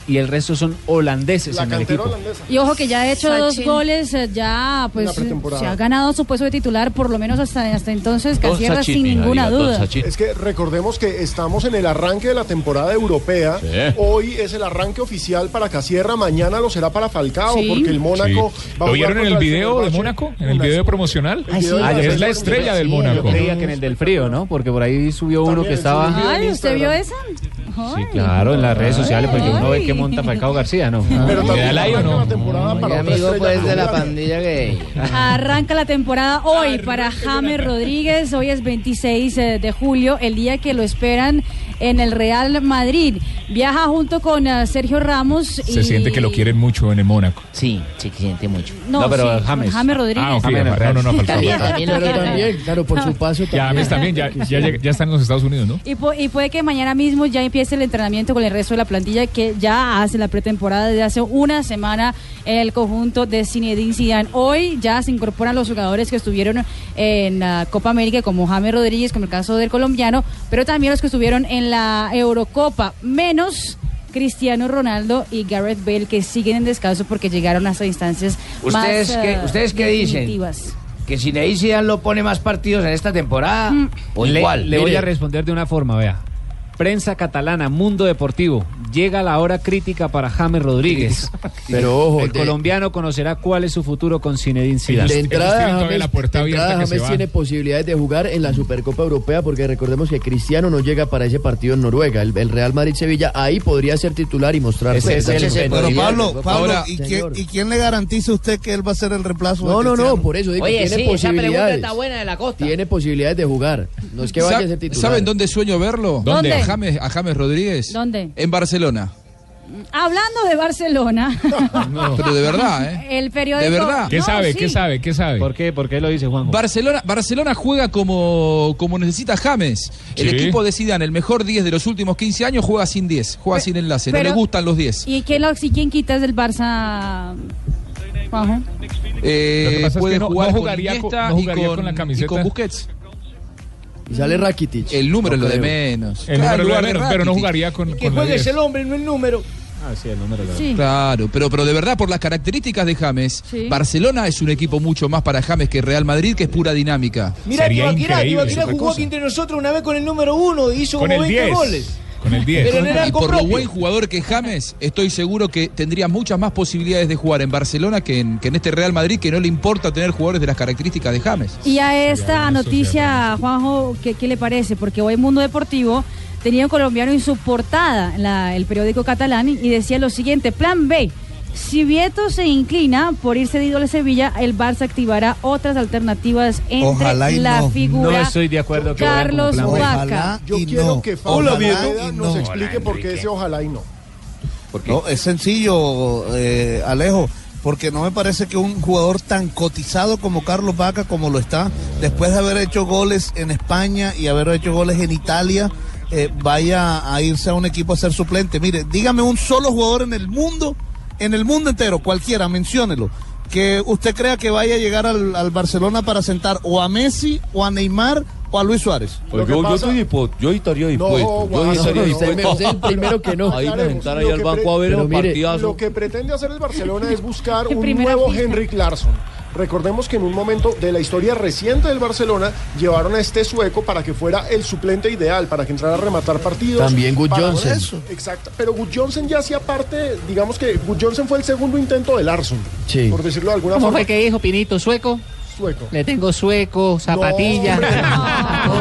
S21: y el resto son holandeses en el equipo.
S5: Y ojo que ya ha hecho dos
S19: Sachin.
S5: goles, eh, ya pues
S21: La pretemporada.
S5: se ha ganado su puesto de titular, por lo menos hasta, hasta entonces,
S8: Dos
S5: Casierra
S8: Sachin,
S5: sin
S8: mija,
S5: ninguna
S8: diga, dos
S5: duda.
S8: Sachin. Es que recordemos que estamos en el arranque de la temporada europea.
S18: Sí.
S8: Hoy es el arranque oficial para Casierra. Mañana lo será para Falcao,
S13: Sí.
S8: porque el Mónaco
S13: Sí. ¿Lo
S8: va a jugar
S13: vieron en
S8: contra
S13: el video de
S8: Fenerbahce.
S13: Mónaco? ¿En el video promocional?
S8: Ah, sí. Ah, yo
S13: es la
S8: pensaba-
S13: estrella del
S8: Sí, yo
S13: Mónaco.
S21: Creía que en el del frío, ¿no? Porque por ahí subió uno que estaba.
S5: Ay, ¿usted vio esa?
S21: Sí, claro, en las redes sociales, porque uno ve que monta Falcao García, ¿no? Pero o no?
S12: Mi amigo pues de la pandilla gay.
S5: Arranca la temporada hoy para James Rodríguez. Hoy es 26 eh, de julio, el día que lo esperan en el Real Madrid. Viaja junto con eh, Sergio Ramos.
S13: Se
S5: y-
S13: siente que lo quieren mucho en el Mónaco.
S11: Sí, se siente mucho.
S5: No, No, pero sí, James. con James Rodríguez.
S13: Ah, ok,
S5: James
S13: no, no, no, Falcao.
S5: También, también lo
S10: Pero
S5: quieren.
S10: también, claro,
S5: [laughs]
S10: por su paso
S13: Ya,
S8: pues,
S13: James también,
S10: [laughs]
S13: ya, ya, llega- ya está en los Estados Unidos, ¿no?
S5: Y, pu- y puede que mañana mismo ya empiece el entrenamiento con el resto de la plantilla que ya hace la pretemporada desde hace una semana en el conjunto de Zinedine Zidane. Hoy ya se incorporan los jugadores que estuvieron en la Copa América como James Rodríguez, como el caso del colombiano, pero también los que estuvieron en la Eurocopa, menos Cristiano Ronaldo y Gareth Bale que siguen en descanso porque llegaron a estas instancias
S11: ¿Ustedes
S5: más,
S11: qué-
S5: eh,
S11: ustedes qué dicen?
S5: definitivas.
S11: Que si Neí Zidane lo pone más partidos en esta temporada, o
S21: le,
S11: igual.
S21: le voy
S11: Mire,
S21: a responder de una forma, vea. Prensa catalana, Mundo Deportivo. Llega la hora crítica para James Rodríguez.
S10: Pero ojo,
S21: el
S10: de-
S21: colombiano conocerá cuál es su futuro con Zinedine Zidane.
S10: De entrada, James, de entrada, James tiene posibilidades de jugar en la Supercopa Europea porque recordemos que Cristiano no llega para ese partido en Noruega. El, el Real Madrid-Sevilla ahí podría ser titular y mostrar. pues,
S16: Pero Pablo, Pablo,
S10: Ahora-
S16: ¿y, quién, y quién le garantiza a usted que él va a ser el reemplazo
S10: No, no,
S16: de
S10: no,
S16: Cristiano?
S10: por eso digo, Oye, tiene sí, esa pregunta posibilidades. está
S11: buena de la costa.
S10: Tiene posibilidades de jugar. No es que vaya a ser titular.
S22: ¿Saben dónde sueño verlo?
S5: ¿Dónde?
S22: A James, a James Rodríguez.
S5: ¿Dónde?
S22: En Barcelona.
S5: Hablando de Barcelona.
S22: Pero de verdad, ¿eh?
S5: El periódico.
S22: ¿De verdad?
S5: No, sí.
S21: sabe?
S13: ¿Qué sabe?
S21: ¿Por qué? ¿Por qué lo dice Juanjo?
S22: Barcelona, Barcelona juega como, como necesita James. El
S21: Sí.
S22: equipo de Zidane, el mejor 10 de los últimos 15 años, juega sin 10, juega sin enlace.
S5: pero-
S22: no le gustan los 10.
S5: ¿Y quién, lo, si quién quitas del Barça? Juanjo?
S22: Eh,
S13: Lo que pasa es
S22: puede
S13: que no-
S22: jugar
S13: no
S22: con
S13: jugaría con-
S22: Iniesta
S13: no
S22: y
S13: jugaría con la
S22: y
S13: camiseta.
S22: con Busquets.
S10: Y sale Rakitic.
S22: El número es
S13: No
S22: lo de
S13: creo.
S22: menos.
S13: El número es lo de menos, pero no jugaría con-
S22: Que
S13: con la
S22: juegue
S13: diez.
S4: El hombre, no el número.
S21: Ah, sí, el número
S4: Sí.
S22: Claro, pero, pero de verdad, por las características de James,
S4: Sí.
S22: Barcelona es un equipo mucho más para James que Real Madrid, que es pura dinámica.
S4: Mira, Tibaquirá, Tibaquirá jugó aquí entre nosotros una vez con el número uno y hizo como 20 goles.
S13: Con el
S4: 10. Pero en el
S22: Y
S4: arco
S22: por lo
S4: propio.
S22: buen jugador que es James, estoy seguro que tendría muchas más posibilidades de jugar en Barcelona que en, que en este Real Madrid, que no le importa tener jugadores de las características de James.
S5: Y a esta noticia, Juanjo, ¿qué, qué le parece? Porque hoy Mundo Deportivo tenía un colombiano en su portada, en la- el periódico catalán, y decía lo siguiente, plan B. Si Vieto se inclina por ir cedido al Sevilla, el Barça activará otras alternativas entre
S21: Ojalá y
S5: la
S21: no.
S5: figura.
S21: No estoy de acuerdo que vayan como
S5: Carlos
S21: plan B.
S5: Vaca.
S8: Yo quiero
S16: no.
S8: que Fabio
S16: Hola, Vieto.
S8: Poveda nos explique por qué ese ojalá y no.
S16: No, es sencillo, eh, Alejo, porque no me parece que un jugador tan cotizado como Carlos Vaca, como lo está, después de haber hecho goles en España y haber hecho goles en Italia, eh, vaya a irse a un equipo a ser suplente. Mire, dígame un solo jugador en el mundo, en el mundo entero, cualquiera, menciónelo, que usted crea que vaya a llegar al, al Barcelona para sentar o a Messi, o a Neymar, o a Luis Suárez.
S26: Pues yo, yo, estoy dispu- yo estaría dispuesto. yo
S16: Juan,
S26: estaría
S16: no, usted
S26: dispuesto.
S16: me- usted
S23: [laughs]
S16: es el primero que no.
S26: Ahí me
S16: Aclaremos,
S26: sentar
S8: lo
S26: ahí al
S8: que
S26: banco a
S8: pre-
S26: ver
S8: pero
S26: un
S8: mire,
S26: partidazo.
S8: Lo que pretende hacer el Barcelona es buscar
S5: El
S8: un
S5: primer
S8: nuevo
S5: artista.
S8: Henrik Larsson. Recordemos que en un momento de la historia reciente del Barcelona llevaron a este sueco para que fuera el suplente ideal, para que entrara a rematar partidos.
S10: También Gut
S8: para-
S10: Johnson.
S8: Eso, Exacto. Pero Gut Johnson ya hacía parte, digamos que Gut Johnson fue el segundo intento de Larson.
S10: Sí.
S8: Por decirlo de alguna
S21: ¿Cómo
S8: forma.
S21: fue que dijo Pinito? ¿Sueco?
S8: Sueco.
S21: Le tengo sueco, zapatillas. [laughs]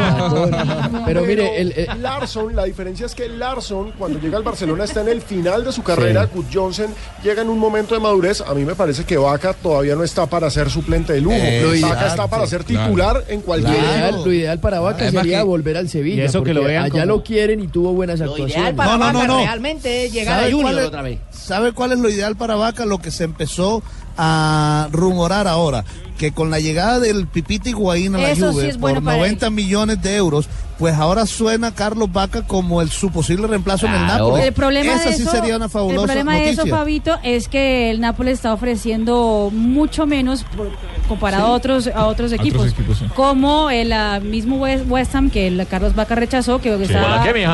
S10: Pero mire, eh,
S8: el, Larson, la diferencia es que Larson, cuando llega al Barcelona, está en el final de su carrera. Gut Johnson llega en un momento de madurez. A mí me parece que Vaca todavía no está para ser suplente de lujo.
S10: Lo
S8: Vaca
S10: ideal,
S8: está para ser
S10: claro.
S8: titular en
S10: lo
S8: cualquier.
S10: ideal, lo ideal para Vaca
S8: Además
S10: sería
S8: que-
S10: volver al Sevilla.
S8: Y eso que
S10: porque
S8: lo vean
S10: allá
S8: como-
S10: lo quieren y tuvo buenas actuaciones.
S16: No, no, no, no.
S11: eh,
S16: ¿Sabe cuál es-
S10: otra vez.
S16: ¿Sabe cuál es lo ideal para Vaca? Lo que se empezó a rumorar ahora, que con la llegada del Pipita Higuaín a la
S5: Eso sí
S16: Juve
S5: es bueno
S16: por
S5: para él.
S16: 90 millones de euros, pues ahora suena Carlos Vaca como el su posible reemplazo en el Napoli.
S5: El problema
S16: Esa
S5: de
S16: sí
S5: eso,
S16: sería una fabulosa
S5: El problema
S16: noticia.
S5: de eso, Fabito, es que el Nápoles está ofreciendo mucho menos por- comparado a otros a otros equipos.
S27: equipos, sí.
S5: Como el ah, mismo West, West Ham que el Carlos Vaca rechazó, que estaba- Pues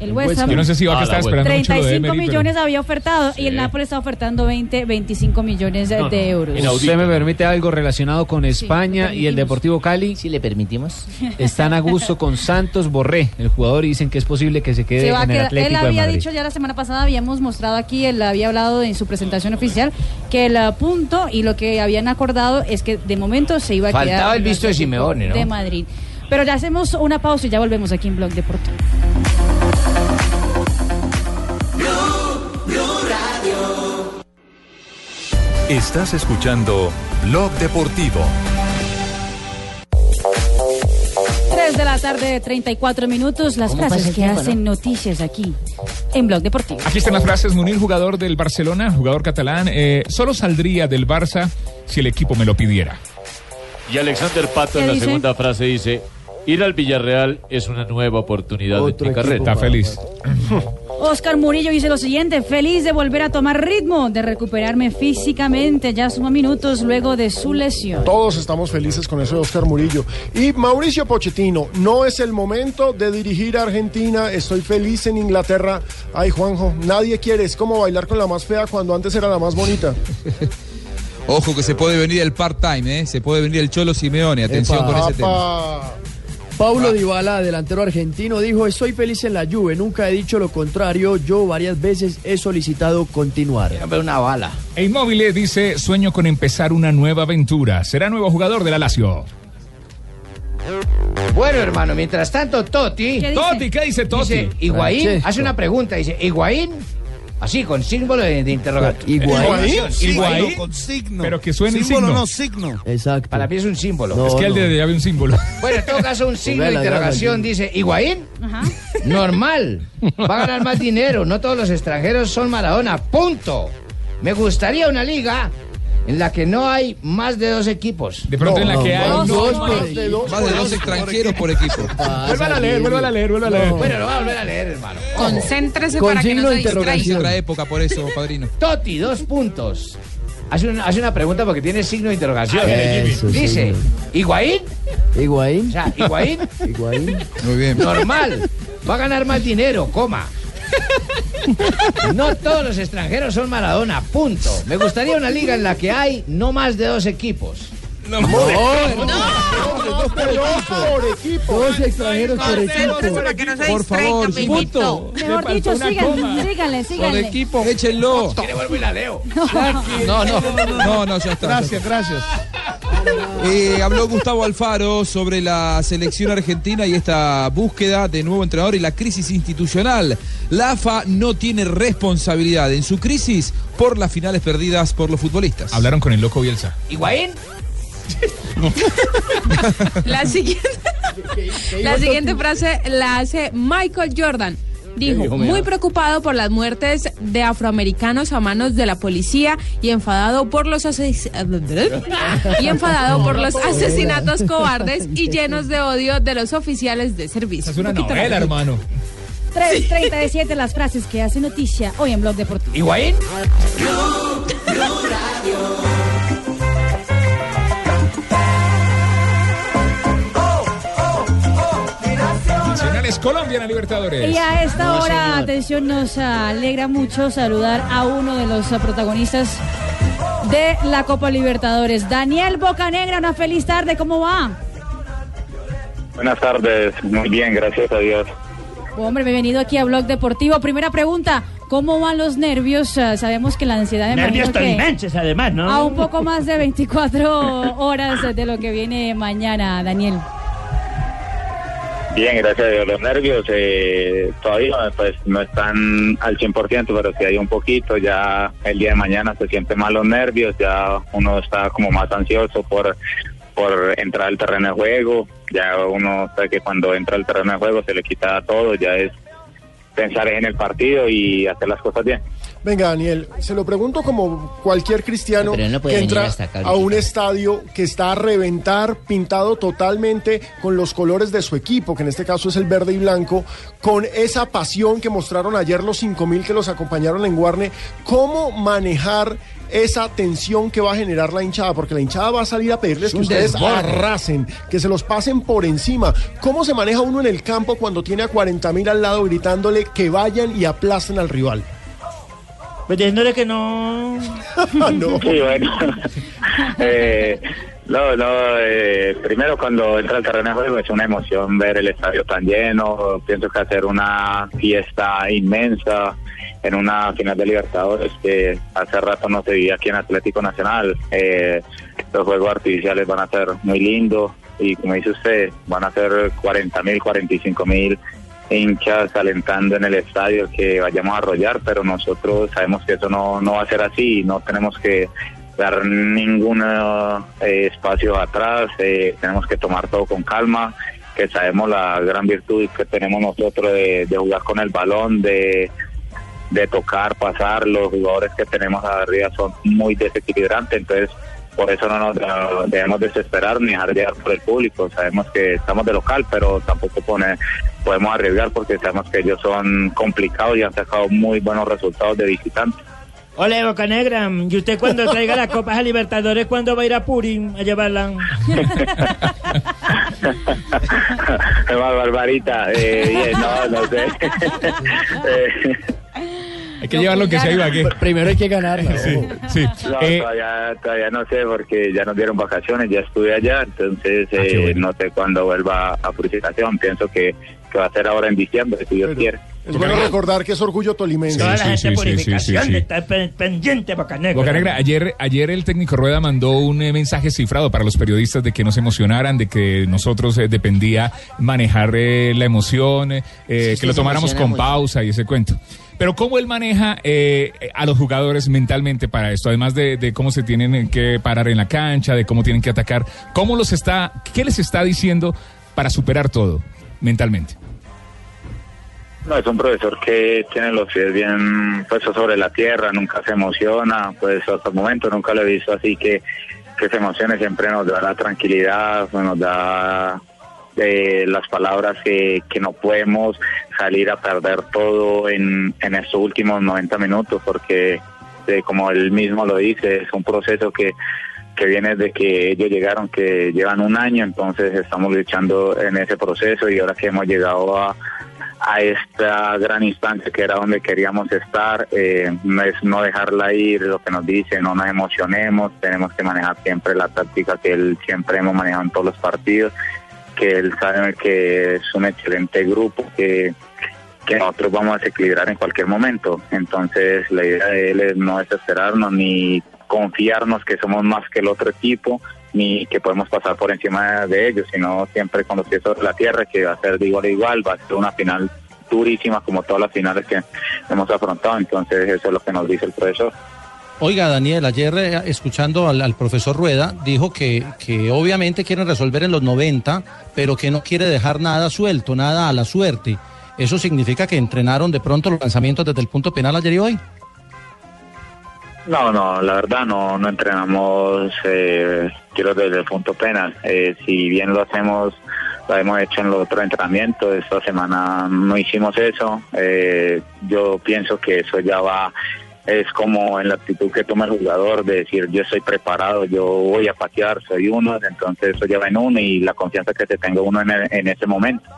S5: El West Ham.
S13: Yo no sé
S7: Ah,
S13: si Vaca estaba esperando mucho lo de
S5: 35
S13: Emery, pero-
S5: millones había ofertado y el Nápoles está ofertando 20, 25 millones de, de euros. [laughs]
S21: Usted me permite algo relacionado con España y el
S5: permitimos.
S21: Deportivo Cali. Si le permitimos. Están a
S5: [laughs]
S21: gusto con Santos Borré, el jugador, y dicen que es posible que se quede
S5: Se va a
S21: en el
S5: quedar-
S21: Atlético
S5: Él
S21: de
S5: había
S21: Madrid.
S5: dicho ya la semana pasada, habíamos mostrado aquí, él había hablado en su presentación oficial que el ah, punto y lo que habían acordado es que de momento se iba a quedar.
S11: Faltaba el
S5: en
S11: visto de
S5: Atlético
S11: Simeone, ¿no?
S5: De Madrid. Pero ya hacemos una pausa y ya volvemos aquí en Blog Deportivo.
S1: Estás escuchando Blog Deportivo.
S5: 3 de la tarde, 34 minutos. Las frases que hacen noticias aquí en Blog Deportivo.
S13: Aquí están las frases. Munir, jugador del Barcelona, jugador catalán, eh, solo saldría del Barça si el equipo me lo pidiera.
S3: Y Alexander Pato
S5: ¿Qué
S3: en la
S5: dice?
S3: segunda frase dice, ir al Villarreal es una nueva oportunidad de mi carrera.
S13: Está feliz.
S5: Oscar Murillo dice lo siguiente, feliz de volver a tomar ritmo, de recuperarme físicamente, ya suma minutos luego de su lesión.
S8: Todos estamos felices con eso de Oscar Murillo. Y Mauricio Pochettino, no es el momento de dirigir a Argentina. Estoy feliz en Inglaterra. Ay, Juanjo, nadie quiere. Es como bailar con la más fea cuando antes era la más bonita.
S22: Ojo que se puede venir el part-time, ¿eh? se puede venir el Cholo Simeone, atención
S10: Epa.
S22: con ese tema.
S10: Paulo Dybala, delantero argentino, dijo, estoy feliz en la Juve, nunca he dicho lo contrario, yo varias veces he solicitado continuar.
S3: una bala.
S13: E Inmóvil dice, sueño con empezar una nueva aventura. Será nuevo jugador de la Lazio.
S11: Bueno, hermano, mientras tanto, Totti.
S13: ¿Qué dice? Totti, ¿qué dice Totti?
S11: Dice, Higuaín
S13: Francesco.
S11: hace una pregunta. Dice, Higuaín, así, con símbolo de, de interrogación.
S16: Signo, con signo.
S11: Pero que suene el
S16: Símbolo,
S11: signo.
S16: no signo.
S10: Exacto.
S11: Para mí es un símbolo.
S16: No, Es que
S11: el
S16: al no.
S11: de
S13: había un símbolo. [laughs]
S11: Bueno, en todo caso, un signo de
S16: Vela,
S11: interrogación.
S16: vela,
S11: Dice, Higuaín, normal. Va a ganar más dinero. No todos los extranjeros son Maradona. Punto. Me gustaría una liga en la que no hay más de dos equipos.
S13: De pronto en la que hay
S11: más
S13: dos
S11: por
S13: por-
S11: equipo.
S22: Más de dos extranjeros por equipo.
S11: Vuélvala a leer, vuélvala a leer, vuélvala a leer. Bueno, lo va a volver a leer, hermano.
S6: Concéntrese
S11: Con
S6: para que no
S11: signo
S6: se
S11: de interrogación.
S6: distraiga.
S22: Otra época por eso, padrino.
S11: Toti, dos puntos. Hace una, hace una pregunta porque tiene signo de interrogación.
S22: A ver,
S10: Eso, Jimmy.
S11: Dice, ¿Higuaín?
S10: Higuaín.
S11: O sea, ¿Higuaín?
S10: Higuaín.
S22: Muy bien.
S11: Normal. Va a ganar más dinero, coma. No todos los extranjeros son Maradona, punto. Me gustaría una liga en la que hay no más de dos equipos. No,
S10: no,
S11: no,
S8: por equipo.
S10: Dos extranjeros por equipo.
S22: Por favor, punto.
S5: Mejor dicho, síganle, síganle,
S22: Por
S5: síganle.
S22: equipo, échenlo. No, no, no, no, ya está.
S16: Gracias,
S22: gracias. Eh, habló Gustavo Alfaro sobre la selección argentina y esta búsqueda de nuevo entrenador y la crisis institucional. La AFA no tiene responsabilidad en su crisis por las finales perdidas por los futbolistas.
S13: Hablaron con el loco Bielsa.
S11: ¿Higuaín?
S6: La
S11: [laughs]
S6: siguiente, la siguiente frase la hace Michael Jordan. Dijo,
S19: dijo, mira?
S6: muy preocupado por las muertes de afroamericanos a manos de la policía y enfadado por los ases- [laughs] y enfadado por
S11: [laughs]
S6: los asesinatos cobardes y llenos de odio de los oficiales de servicio.
S13: Es una novela, hermano.
S5: 3.37 las frases que hacen noticia hoy en Blog Deportivo.
S11: ¿Higuaín?
S13: Nacionales Colombiana Libertadores.
S5: Y a esta
S13: Pues, No,
S5: hora,
S13: señor.
S5: atención, nos alegra mucho saludar a uno de los protagonistas de la Copa Libertadores. Daniel Bocanegra, una feliz tarde, ¿cómo va?
S27: Buenas tardes, muy bien, gracias a Dios.
S5: Hombre, bienvenido aquí a Blog Deportivo. Primera pregunta, ¿cómo van los nervios? Ah, Sabemos que la ansiedad me
S2: Nervios
S5: imagino que
S2: tolimenses, además, ¿no?
S5: a un poco más de 24 horas de lo que viene mañana, Daniel.
S27: Bien, gracias a Dios. Los nervios eh, todavía pues no están al 100%, pero sí hay un poquito. Ya el día de mañana se sienten más los nervios, ya uno está como más ansioso por por entrar al terreno de juego. Ya uno sabe que cuando entra al terreno de juego se le quita todo, ya es pensar en el partido y hacer las cosas bien.
S8: Venga, Daniel, se lo pregunto como cualquier cristiano
S2: Pero él no puede
S8: que
S2: venir
S8: entra
S2: hasta acá
S8: a un estadio que está a reventar, pintado totalmente con los colores de su equipo, que en este caso es el verde y blanco, con esa pasión que mostraron ayer los 5.000 que los acompañaron en Guarne. ¿Cómo manejar esa tensión que va a generar la hinchada? Porque la hinchada va a salir a pedirles
S2: Es
S8: que
S2: un
S8: ustedes
S2: desborde.
S8: arrasen, que se los pasen por encima. ¿Cómo se maneja uno en el campo cuando tiene a 40.000 al lado gritándole que vayan y aplasten al rival?
S2: Pues diciéndole que
S8: [laughs]
S2: no.
S8: Ah,
S27: [laughs]
S8: pues,
S27: Sí, bueno. [laughs] Eh, no, no, eh, primero cuando entra al terreno de juego es una emoción ver el estadio tan lleno. Pienso que hacer una fiesta inmensa en una final de Libertadores que hace rato no se veía aquí en Atlético Nacional. Eh, los juegos artificiales van a ser muy lindos y como dice usted, van a ser 40 mil, 45 mil hinchas alentando en el estadio que vayamos a arrollar, pero nosotros sabemos que eso no, no va a ser así, no tenemos que dar ningún eh, espacio atrás, eh, tenemos que tomar todo con calma, que sabemos la gran virtud que tenemos nosotros de, de jugar con el balón, de, de tocar, pasar, los jugadores que tenemos arriba son muy desequilibrantes, entonces por eso no nos no debemos desesperar ni dejar llegar por el público. Sabemos que estamos de local, pero tampoco pone- podemos arriesgar porque sabemos que ellos son complicados y han sacado muy buenos resultados de visitantes.
S2: Ole, Boca Negra. ¿Y usted cuando traiga
S11: [laughs]
S2: las copas a Libertadores, cuándo va a ir a Purim a llevarla?
S27: [laughs] Bar- Barbarita, eh, bien, no, no sé. Eh,
S13: Hay que llevar lo que sea Ibagué.
S10: Primero hay que ganarla.
S13: Sí. Eh,
S27: No, todavía, todavía no sé porque ya nos dieron vacaciones, ya estuve allá,
S13: Ah,
S27: entonces eh, no sé cuándo vuelva a purificación. Pienso que, que va a ser ahora en diciembre, si Dios quiere.
S8: Es bueno recordar que es orgullo tolimense.
S27: Toda la gente purificación
S2: Está pe- pendiente, Boca Negra.
S8: [laughs]
S13: Bocanegra, ayer, ayer el técnico Rueda mandó un eh, mensaje cifrado para los periodistas de que no se emocionaran, de que nosotros eh, dependía manejar eh, la emoción, eh, eh,
S2: usted
S13: que lo
S2: se
S13: tomáramos
S2: emociona
S13: con
S2: mucho.
S13: pausa y ese cuento. Pero ¿cómo él maneja eh, a los jugadores mentalmente para esto? Además de, de cómo se tienen que parar en la cancha, de cómo tienen que atacar, ¿cómo los está, qué les está diciendo para superar todo mentalmente?
S27: No, es un profesor que tiene los pies bien puestos sobre la tierra, nunca se emociona, pues hasta el momento nunca lo he visto así que, que se emocione, siempre nos da la tranquilidad, nos da eh, las palabras que, que no podemos salir a perder todo en, en estos últimos 90 minutos, porque eh, como él mismo lo dice, es un proceso que que viene de que ellos llegaron, que llevan un año, entonces estamos luchando en ese proceso y ahora que hemos llegado a, a esta gran instancia que era donde queríamos estar, eh, no es no dejarla ir, lo que nos dice, no nos emocionemos, tenemos que manejar siempre la táctica que él siempre hemos manejado en todos los partidos, que él sabe que es un excelente grupo, que, que nosotros vamos a desequilibrar en cualquier momento, entonces la idea de él es no desesperarnos ni confiarnos que somos más que el otro equipo ni que podemos pasar por encima de ellos, sino siempre con los pies sobre la tierra, que va a ser de igual a igual, va a ser una final durísima como todas las finales que hemos afrontado, entonces eso es lo que nos dice el profesor.
S9: Oiga, Daniel, ayer eh, escuchando al, al profesor Rueda, dijo que, que obviamente quieren resolver en los 90, pero que no quiere dejar nada suelto, nada a la suerte. ¿Eso significa que entrenaron de pronto los lanzamientos desde el punto penal ayer y hoy?
S27: No, no, la verdad no, no entrenamos eh, tiros desde el punto penal. Eh, si bien lo hacemos, lo hemos hecho en los otros entrenamientos, esta semana no hicimos eso. Eh, yo pienso que eso ya va, es como en la actitud que toma el jugador de decir yo estoy preparado, yo voy a patear, soy uno, entonces eso ya va en uno y la confianza que te tenga uno en, el- en ese momento.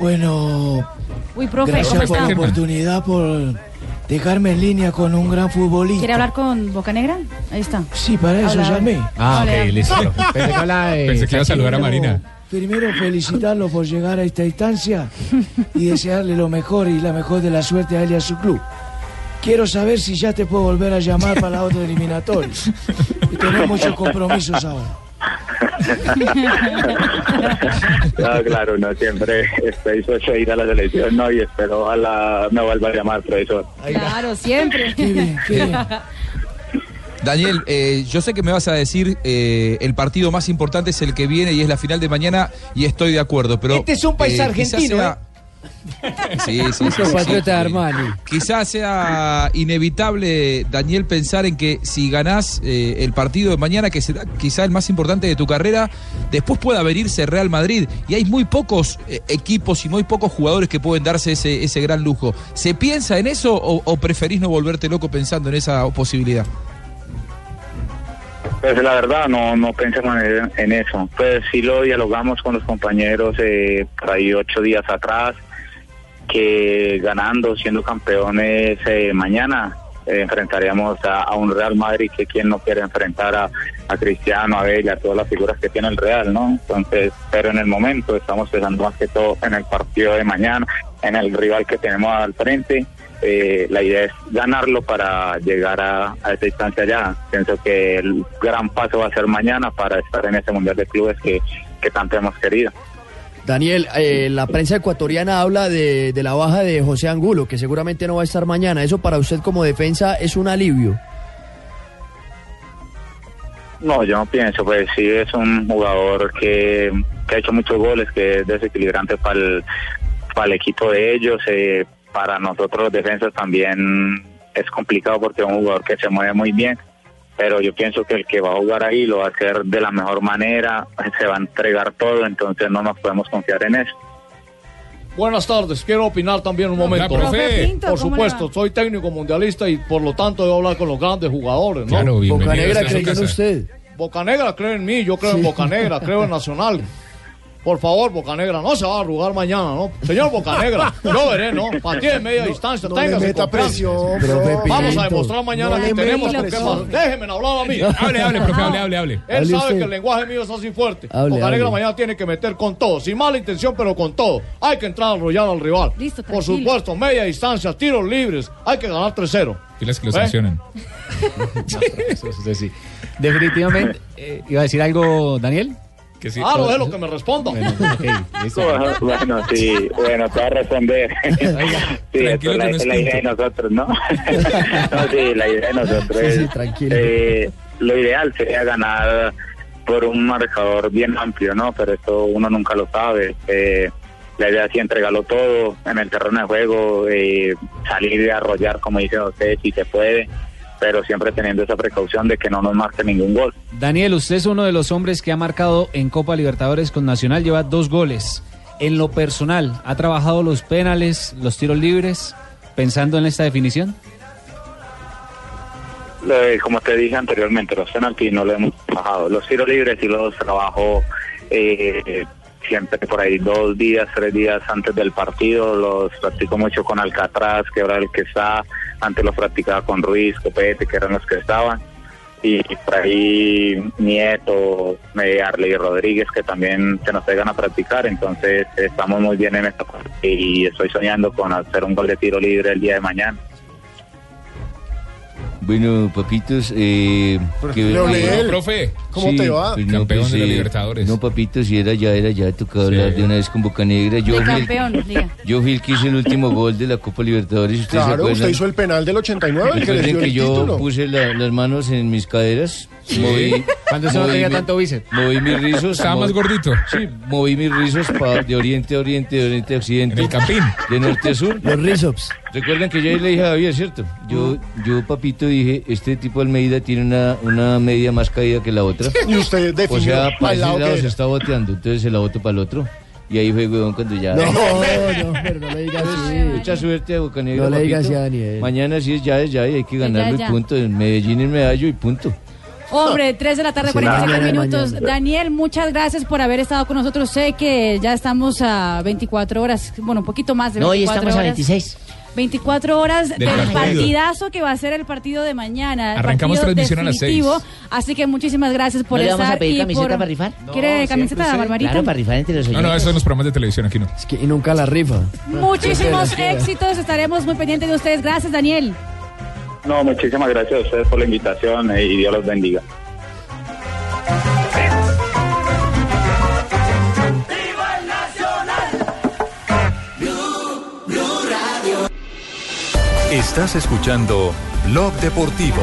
S11: Bueno,
S5: Uy, profe, ¿cómo
S11: gracias por
S5: está?
S11: la oportunidad, por dejarme en línea con un gran futbolista.
S5: ¿Quiere hablar con Boca Negra? Ahí está.
S11: Sí, para eso
S5: Habla ahora.
S11: llamé.
S5: Ah, Habla. ok, listo. [laughs]
S11: Pensé que,
S13: Pensé que iba a saludar a Marina.
S11: Primero felicitarlo por llegar a esta instancia y desearle lo mejor y la mejor de la suerte a él y a su club. Quiero saber si ya te puedo volver a llamar para la
S5: [laughs]
S11: otra eliminatoria. Y tenemos muchos compromisos ahora.
S27: No, claro, no siempre estoy dispuesto a ir a la selección, no, y espero ojalá me vuelva a llamar, profesor.
S5: Claro, siempre. [laughs]
S22: Daniel, eh, yo sé que me vas a decir eh, el partido más importante es el que viene y es la final de mañana y estoy de acuerdo, pero
S11: Este es un país
S22: eh, quizás
S11: argentino,
S22: sea- Sí, sí, sí, sí, sí. Quizás sea inevitable, Daniel, pensar en que si ganás eh, el partido de mañana, que será quizá el más importante de tu carrera, después pueda venirse Real Madrid. Y hay muy pocos eh, equipos y muy pocos jugadores que pueden darse ese, ese gran lujo. ¿Se piensa en eso o, o preferís no volverte loco pensando en esa posibilidad?
S27: Pues la verdad, no, no pensamos en, en eso. Pues sí lo dialogamos con los compañeros eh, por ahí ocho días atrás, que ganando, siendo campeones eh, mañana, eh, enfrentaríamos a, a un Real Madrid que quien no quiere enfrentar a, a Cristiano, a Bella, a todas las figuras que tiene el Real, ¿no? Entonces, pero en el momento estamos pensando más que todo en el partido de mañana, en el rival que tenemos al frente. Eh, la idea es ganarlo para llegar a, a esa instancia ya. Pienso que el gran paso va a ser mañana para estar en ese Mundial de Clubes que, que tanto hemos querido.
S10: Daniel, eh, la prensa ecuatoriana habla de, de la baja de José Angulo, que seguramente no va a estar mañana. ¿Eso para usted como defensa es un alivio?
S27: No, yo no pienso, pues sí es un jugador que, que ha hecho muchos goles, que es desequilibrante para el, para el equipo de ellos, eh, para nosotros los defensas también es complicado porque es un jugador que se mueve muy bien, pero yo pienso que el que va a jugar ahí lo va a hacer de la mejor manera, se va a entregar todo, entonces no nos podemos confiar en eso.
S18: Buenas tardes, quiero opinar también un momento.
S27: Hola, profe. Profe Pinto,
S18: Por
S27: ¿cómo le
S18: supuesto,
S27: va?
S18: soy técnico mundialista y por lo tanto debo hablar con los grandes jugadores, ¿no?
S9: Claro, bienvenido
S10: Bocanegra a su creyó en casa. usted.
S18: Bocanegra cree en mí, yo creo en Bocanegra, creo en Nacional. Por favor, Bocanegra, no se va a arrugar mañana, ¿no? Señor Bocanegra, yo veré, ¿no? Para ti en media
S8: No,
S18: distancia,
S8: no
S18: téngase
S8: le meta
S18: confianza.
S8: presión,
S18: Vamos
S8: profe Pinto.
S18: a demostrar mañana
S8: No
S18: que
S8: le meta
S18: tenemos con qué más.
S8: presión.
S18: Déjenme hablar a mí.
S8: Hable, hable, profe, hable, hable, hable.
S18: Él
S8: Hable
S18: sabe
S8: usted.
S18: que el lenguaje mío es así fuerte.
S8: Hable,
S18: Bocanegra
S8: hable.
S18: mañana tiene que meter con todo, sin mala intención, pero con todo. Hay que entrar a arrollar al rival.
S5: Listo,
S18: Por
S5: tranquilo.
S18: supuesto, media distancia, tiros libres. Hay que ganar 3-0.
S13: Pilas que lo
S18: ¿Eh?
S13: sancionen.
S21: Definitivamente, eh, iba a decir algo, Daniel.
S13: Que
S18: ah, no es lo que me respondo. [laughs]
S27: Bueno, [laughs] bueno, sí, bueno, te va a responder. [laughs] sí, esa es la, esa es la idea de nosotros, ¿no? [laughs] no, sí, la idea de nosotros es, eh, lo ideal sería ganar por un marcador bien amplio, ¿no? Pero eso uno nunca lo sabe. Eh, la idea sí entregarlo todo en el terreno de juego, eh, salir y arrollar, como dicen ustedes, si se puede, pero siempre teniendo esa precaución de que no nos marque ningún gol.
S21: Daniel, usted es uno de los hombres que ha marcado en Copa Libertadores con Nacional, lleva dos goles. En lo personal, ¿ha trabajado los penales, los tiros libres, pensando en esta definición?
S27: Eh, como te dije anteriormente, los penaltis no lo hemos trabajado. Los tiros libres y los trabajo eh, siempre por ahí dos días, tres días antes del partido. Los practico mucho con Alcatraz, que era el que está. Antes los practicaba con Ruiz, Copete, que eran los que estaban. Y por ahí Nieto, eh, Arley Rodríguez, que también se nos pegan a practicar. Entonces estamos muy bien en esta parte y estoy soñando con hacer un gol de tiro libre el día de mañana.
S23: Bueno, papitos, eh, que-
S8: Pero Leel,
S13: profe,
S8: ¿cómo
S23: Sí,
S8: te va?
S23: pues no, pues, eh, No, papitos, si era ya, era ya, tocaba hablar de una vez con Bocanegra. Yo,
S8: De
S23: fui el-
S8: campeón,
S5: diga.
S23: yo fui el que hice el último gol de la Copa Libertadores. ¿ustedes se
S8: Claro, usted
S23: acuerdan?
S8: hizo el penal del 89, el que le
S23: Recuerden
S8: dio
S23: que
S8: el
S23: yo
S8: título.
S23: puse la- las manos en mis caderas.
S8: Sí.
S21: Cuando eso no tenía tanto bíceps.
S23: Moví mis rizos.
S21: Estaba más
S23: gordito. Sí, moví mis rizos pa- de oriente a oriente, de oriente a occidente. el campín. De norte a sur. Los rizos. Recuerdan que yo ahí le dije a Javier, ¿cierto? Yo,
S8: Mm.
S23: yo papito, dije, este tipo Almeida tiene una, una media más caída que la
S8: [laughs]
S23: otra.
S8: Y usted
S23: O
S8: definió
S23: sea, para
S8: al
S23: ese
S8: lado
S23: lado
S8: que
S23: se
S8: era.
S23: está boteando, entonces se la boto para el otro. Y ahí fue, huevón, cuando ya...
S10: no, pero no le digas
S23: Mucha suerte a Bocanegra.
S10: No le digas así
S23: papito.
S10: a Daniel.
S23: [laughs] Mañana sí es ya, es ya, y hay que
S5: ya,
S23: ganarlo
S5: ya.
S23: y punto. En Medellín en medallo y punto.
S5: Hombre, 3 de la tarde,
S23: Sí,
S5: 45
S23: mañana,
S5: minutos.
S23: mañana.
S5: Daniel, muchas gracias por haber estado con nosotros. Sé que ya estamos a 24 horas, bueno, un poquito más de
S11: No, hoy
S5: 24
S11: estamos a
S5: horas.
S11: 26.
S5: 24 horas del,
S13: Del partido.
S5: partidazo que va a ser el partido de mañana. el
S13: Arrancamos
S5: partido
S13: transmisión a las
S5: definitivo. Así que muchísimas gracias por
S11: ¿No le
S5: estar
S11: vamos a pedir
S5: y
S11: camiseta
S5: por-
S11: para rifar?
S5: ¿Quiere camiseta, Barbarita?
S11: rifar entre los
S13: No, no, eso en los programas de televisión aquí no.
S10: Pues, Es que y nunca la rifa.
S5: Muchísimos éxitos, estaremos muy pendientes de ustedes. Gracias, Daniel.
S27: No, muchísimas gracias a ustedes por la invitación eh, y Dios los bendiga.
S1: Estás escuchando Blog Deportivo.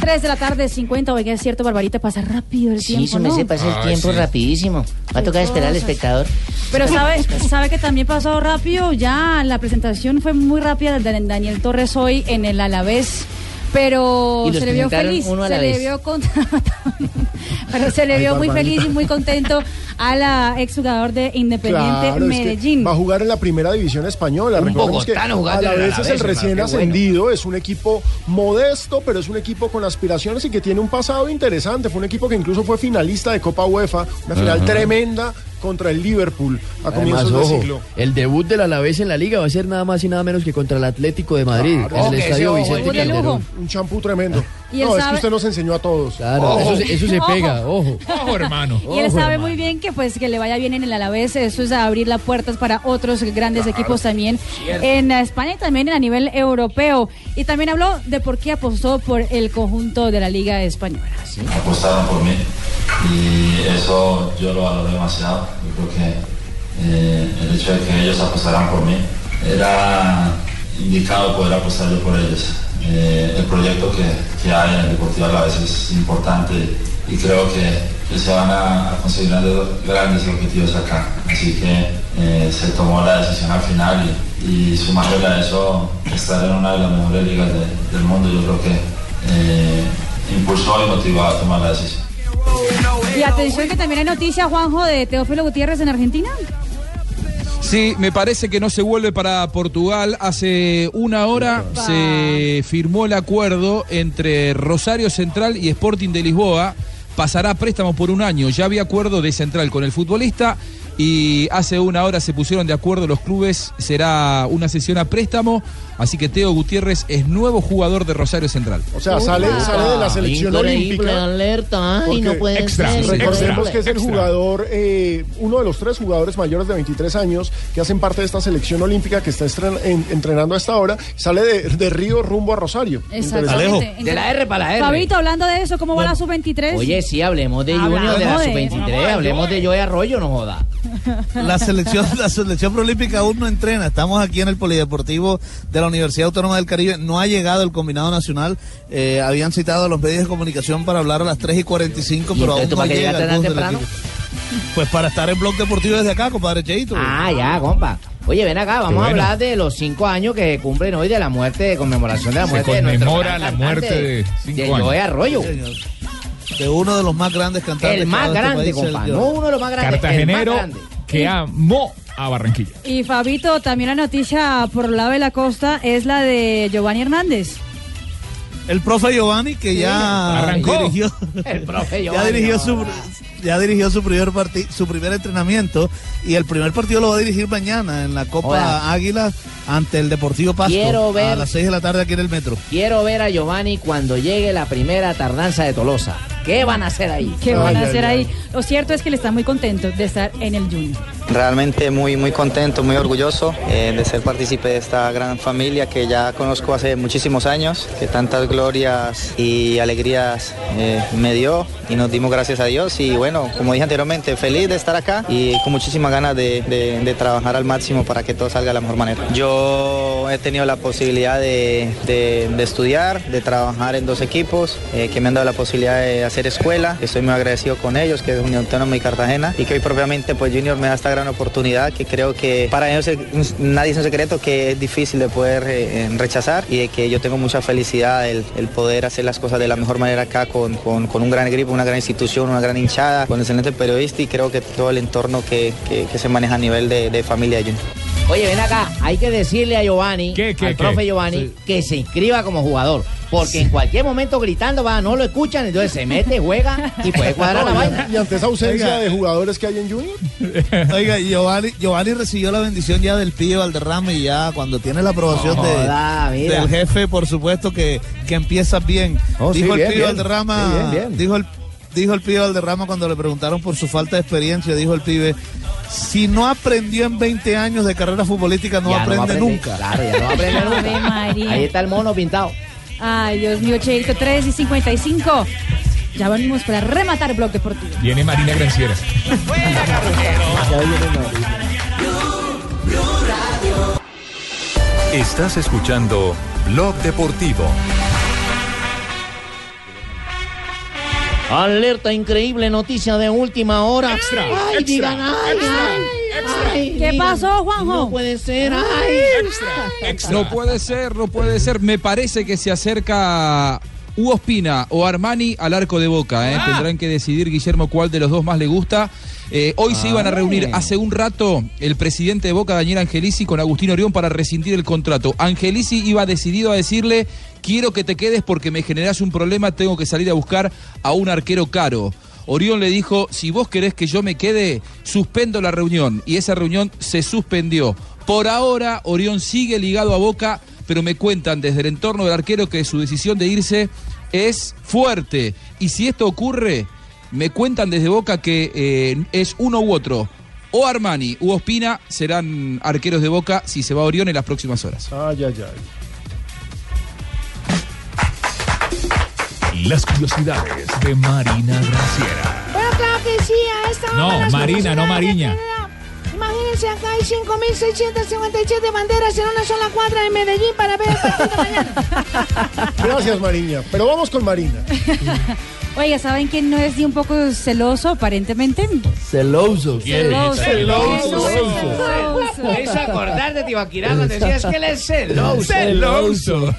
S5: 3 de la tarde, 50. Oiga, es cierto, Barbarita, pasa rápido el
S11: Sí,
S5: tiempo.
S11: se me
S5: ¿no?
S11: se pasa el tiempo rapidísimo. Va a
S5: Qué
S11: tocar esperar al
S5: cosas.
S11: espectador.
S5: Pero sabe, sabe que también pasó rápido, ya la presentación fue muy rápida de Daniel Torres hoy en el Alavés, pero
S11: Y los
S5: se le vio
S11: presentaron
S5: feliz,
S11: uno a
S5: se
S11: la
S5: le
S11: vez.
S5: vio con- [laughs] pero se le
S8: Ay,
S5: vio muy
S8: Barbarita.
S5: feliz y muy contento a la exjugador de Independiente
S8: Claro, es que
S5: Medellín.
S8: va a jugar en la primera división española. Recordemos que
S5: bogotano jugando
S8: a
S5: en
S8: la
S5: el
S8: vez es el
S5: Alavés,
S8: recién
S5: hermano, qué bueno.
S8: ascendido, es un equipo modesto, pero es un equipo con aspiraciones y que tiene un pasado interesante. Fue un equipo que incluso fue finalista de Copa UEFA, una final
S10: Ajá.
S8: tremenda contra el Liverpool a
S10: Además,
S8: comienzos del
S10: ojo,
S8: siglo.
S10: el debut del Alavés en la liga va a ser nada más y nada menos que contra el Atlético de Madrid,
S8: Claro,
S10: en el
S8: que ese
S10: estadio
S8: ojo,
S10: Vicente
S8: Puro lujo.
S10: Calderón.
S8: Un champú tremendo.
S5: Y él
S8: No, es que
S5: sabe-
S8: usted nos enseñó a todos.
S10: Claro, eso se- eso se Ojo. pega, ojo.
S13: Ojo, hermano.
S5: Y él sabe muy bien que pues que le vaya bien en el Alavés, eso es abrir las puertas para otros grandes equipos también
S28: Cierto.
S5: en España y también a nivel europeo. Y también habló de por qué apostó por el conjunto de la Liga Española.
S28: apostaron por mí y eso yo lo valoro demasiado. Yo creo que eh, el hecho de que ellos apostaran por mí era indicado poder apostar yo por ellos. Eh, el proyecto que, que hay en el Deportivo a veces es importante y creo que, que se van a, a conseguir grandes, grandes objetivos acá. Así que eh, se tomó la decisión al final y, y sumándole a eso estar en una de las mejores ligas de- del mundo, yo creo que eh, impulsó y motivó a tomar la decisión.
S5: Y atención que también hay noticia, Juanjo, de Teófilo Gutiérrez en Argentina.
S22: Sí, me parece que no se vuelve para Portugal. Hace una hora se firmó el acuerdo entre Rosario Central y Sporting de Lisboa. Pasará a préstamo por un año. Ya había acuerdo de Central con el futbolista y hace una hora se pusieron de acuerdo los clubes. Será una sesión a préstamo. Así que Teo Gutiérrez es nuevo jugador de Rosario Central.
S8: O sea, sale, sale de la selección
S11: Increíble
S8: olímpica.
S11: alerta, ay, no
S8: porque-
S11: puede Extra, ser, extra,
S8: Recordemos que es el
S11: extra.
S8: jugador, eh, uno de los tres jugadores mayores de 23 años que hacen parte de esta selección olímpica que está estren- en- entrenando a esta hora. Sale de, de Río rumbo a Rosario.
S11: Exactamente. Alejo. De la R para la R.
S5: Fabito, hablando de eso, ¿cómo va la sub-23?
S11: Oye, sí, hablemos de Junior, de la
S5: Hablamos de-
S11: sub-23, hablemos de Joey Arroyo, no joda.
S16: La
S11: [laughs]
S16: selección, la selección proolímpica aún no entrena. Estamos aquí en el Polideportivo de la Universidad Autónoma del Caribe. No ha llegado el combinado nacional. Eh, habían citado a los medios de comunicación para hablar a las 3 y 45,
S11: ¿Y
S16: pero
S11: entonces
S16: aún
S11: tú
S16: no
S11: para qué
S16: llega
S11: llegaste
S16: el
S11: tan
S16: bus del
S11: temprano?
S16: equipo. Pues para estar en Blog Deportivo desde acá, compadre Cheito.
S11: Ah, ya, compa. Oye, ven acá, vamos
S16: bueno.
S11: a hablar de los cinco años que cumplen hoy de la muerte, de conmemoración de la
S16: Se
S11: muerte de nuestro
S16: conmemora
S11: gran
S16: la
S11: cantante,
S16: muerte de cinco
S11: de Joey
S16: años.
S11: Arroyo.
S16: Sí, señor. De uno de los más grandes cantantes.
S11: El
S16: que
S11: más
S16: ha dado este
S11: grande,
S16: país,
S11: compa,
S16: el-
S11: no uno de los más grandes,
S13: Cartagenero
S11: el más grande.
S13: que amó a Barranquilla.
S5: Y Fabito, también la noticia por el lado de la costa es la de Giovanni Hernández.
S16: El profe Giovanni que ya
S13: Arrancó.
S16: dirigió,
S11: [laughs] El
S16: [laughs]
S11: profe
S16: ya
S11: Giovanni.
S16: dirigió su ya dirigió su primer parti- su primer entrenamiento y el primer partido lo va a dirigir mañana en la Copa
S11: Hola.
S16: Águila ante el Deportivo Pasto
S11: Quiero ver-
S16: a las 6 de la tarde aquí en el metro.
S11: Quiero ver a Giovanni cuando llegue la primera tardanza de Tolosa. ¿Qué van a hacer ahí?
S5: ¿Qué van a hacer
S11: ahí?
S5: ahí? Lo cierto es que le está muy contento de estar en el Junior.
S29: Realmente muy, muy contento, muy orgulloso eh, de ser partícipe de esta gran familia que ya conozco hace muchísimos años, que tantas glorias y alegrías eh, me dio y nos dimos gracias a Dios. Y bueno, como dije anteriormente, feliz de estar acá y con muchísimas ganas de, de- de trabajar al máximo para que todo salga de la mejor manera. Yo he tenido la posibilidad de, de- de estudiar, de trabajar en dos equipos eh, que me han dado la posibilidad de hacer escuela. Estoy muy agradecido con ellos, que es Unión Autónoma y Cartagena, y que hoy propiamente pues Junior me da esta gran oportunidad que creo que para ellos es- nadie es un secreto que es difícil de poder eh, eh, rechazar y de que yo tengo mucha felicidad el, el poder hacer las cosas de la mejor manera acá con, con- con un gran equipo, una gran institución, una gran hinchada, con excelente periodista y creo que todo el entorno que, que- que se maneja a nivel de, de familia de Junior.
S11: Oye, ven acá, hay que decirle a Giovanni, al profe Giovanni, que se inscriba como jugador.
S7: Porque en cualquier momento gritando, va, no lo escuchan, entonces se mete, juega y puede cuadrar la
S8: No, y-
S7: vaina.
S8: Y ante esa ausencia
S16: Oiga.
S8: de jugadores que hay en
S16: [laughs]
S8: Junior,
S16: Oiga, Giovanni, Giovanni recibió la bendición ya del pibe Valderrama y ya cuando tiene la aprobación de-
S7: Joda, mira.
S16: del jefe, por supuesto que, que empiezas bien. dijo
S7: Oh, sí,
S16: el
S7: bien,
S16: pibe
S7: bien.
S16: Valderrama,
S7: Sí, bien, bien.
S16: dijo el dijo el pibe Valderrama cuando le preguntaron por su falta de experiencia, dijo el pibe, si no aprendió en 20 años de carrera futbolística no,
S7: Ya no
S16: aprende,
S7: aprende,
S16: nunca.
S7: claro, ya no aprende
S5: Ave María.
S7: Ahí está el mono pintado.
S5: Ay, Dios mío, Cheito, 3 y 55. Ya venimos para rematar Blog Deportivo.
S13: Viene Marina Granciera.
S1: Estás escuchando Blog Deportivo.
S7: Alerta increíble, noticia de última hora.
S13: Extra,
S7: ay,
S13: extra,
S7: digan, ay,
S13: extra,
S7: ay,
S13: extra.
S7: ay,
S5: ¿Qué
S7: digan,
S5: pasó, Juanjo?
S7: No puede ser, ay.
S22: No puede ser, no puede ser. Me parece que se acerca Hugo Espina o Armani al arco de Boca. ¿eh? Tendrán que decidir, Guillermo, cuál de los dos más le gusta. Eh, hoy se iban a reunir hace un rato el presidente de Boca, Daniel Angelisi, con Agustín Orión para rescindir el contrato. Angelisi iba decidido a decirle, quiero que te quedes porque me generas un problema, tengo que salir a buscar a un arquero caro. Orión le dijo, si vos querés que yo me quede, suspendo la reunión. Y esa reunión se suspendió. Por ahora, Orión sigue ligado a Boca, pero me cuentan desde el entorno del arquero que su decisión de irse es fuerte. Y si esto ocurre, me cuentan desde Boca que eh, es uno u otro. O Armani u Ospina serán arqueros de Boca si se va Orión en las próximas horas.
S8: Ay, ay, ay.
S13: Las curiosidades de Marina Graciera.
S4: Bueno, claro que sí, a esta hora
S13: No,
S4: las
S13: Marina, no
S4: promocionales
S13: Mariña.
S4: de- Imagínense, acá hay 5.657 banderas en una sola cuadra de Medellín para ver el partido.
S8: Gracias, Mariña. Pero vamos con Marina.
S5: Oiga, ¿saben quién no es ni un poco celoso, aparentemente?
S10: Celoso.
S5: Celoso. Celoso.
S10: Me hizo acordar de Tibaquirá cuando decía, "Es que él es celoso". Celoso.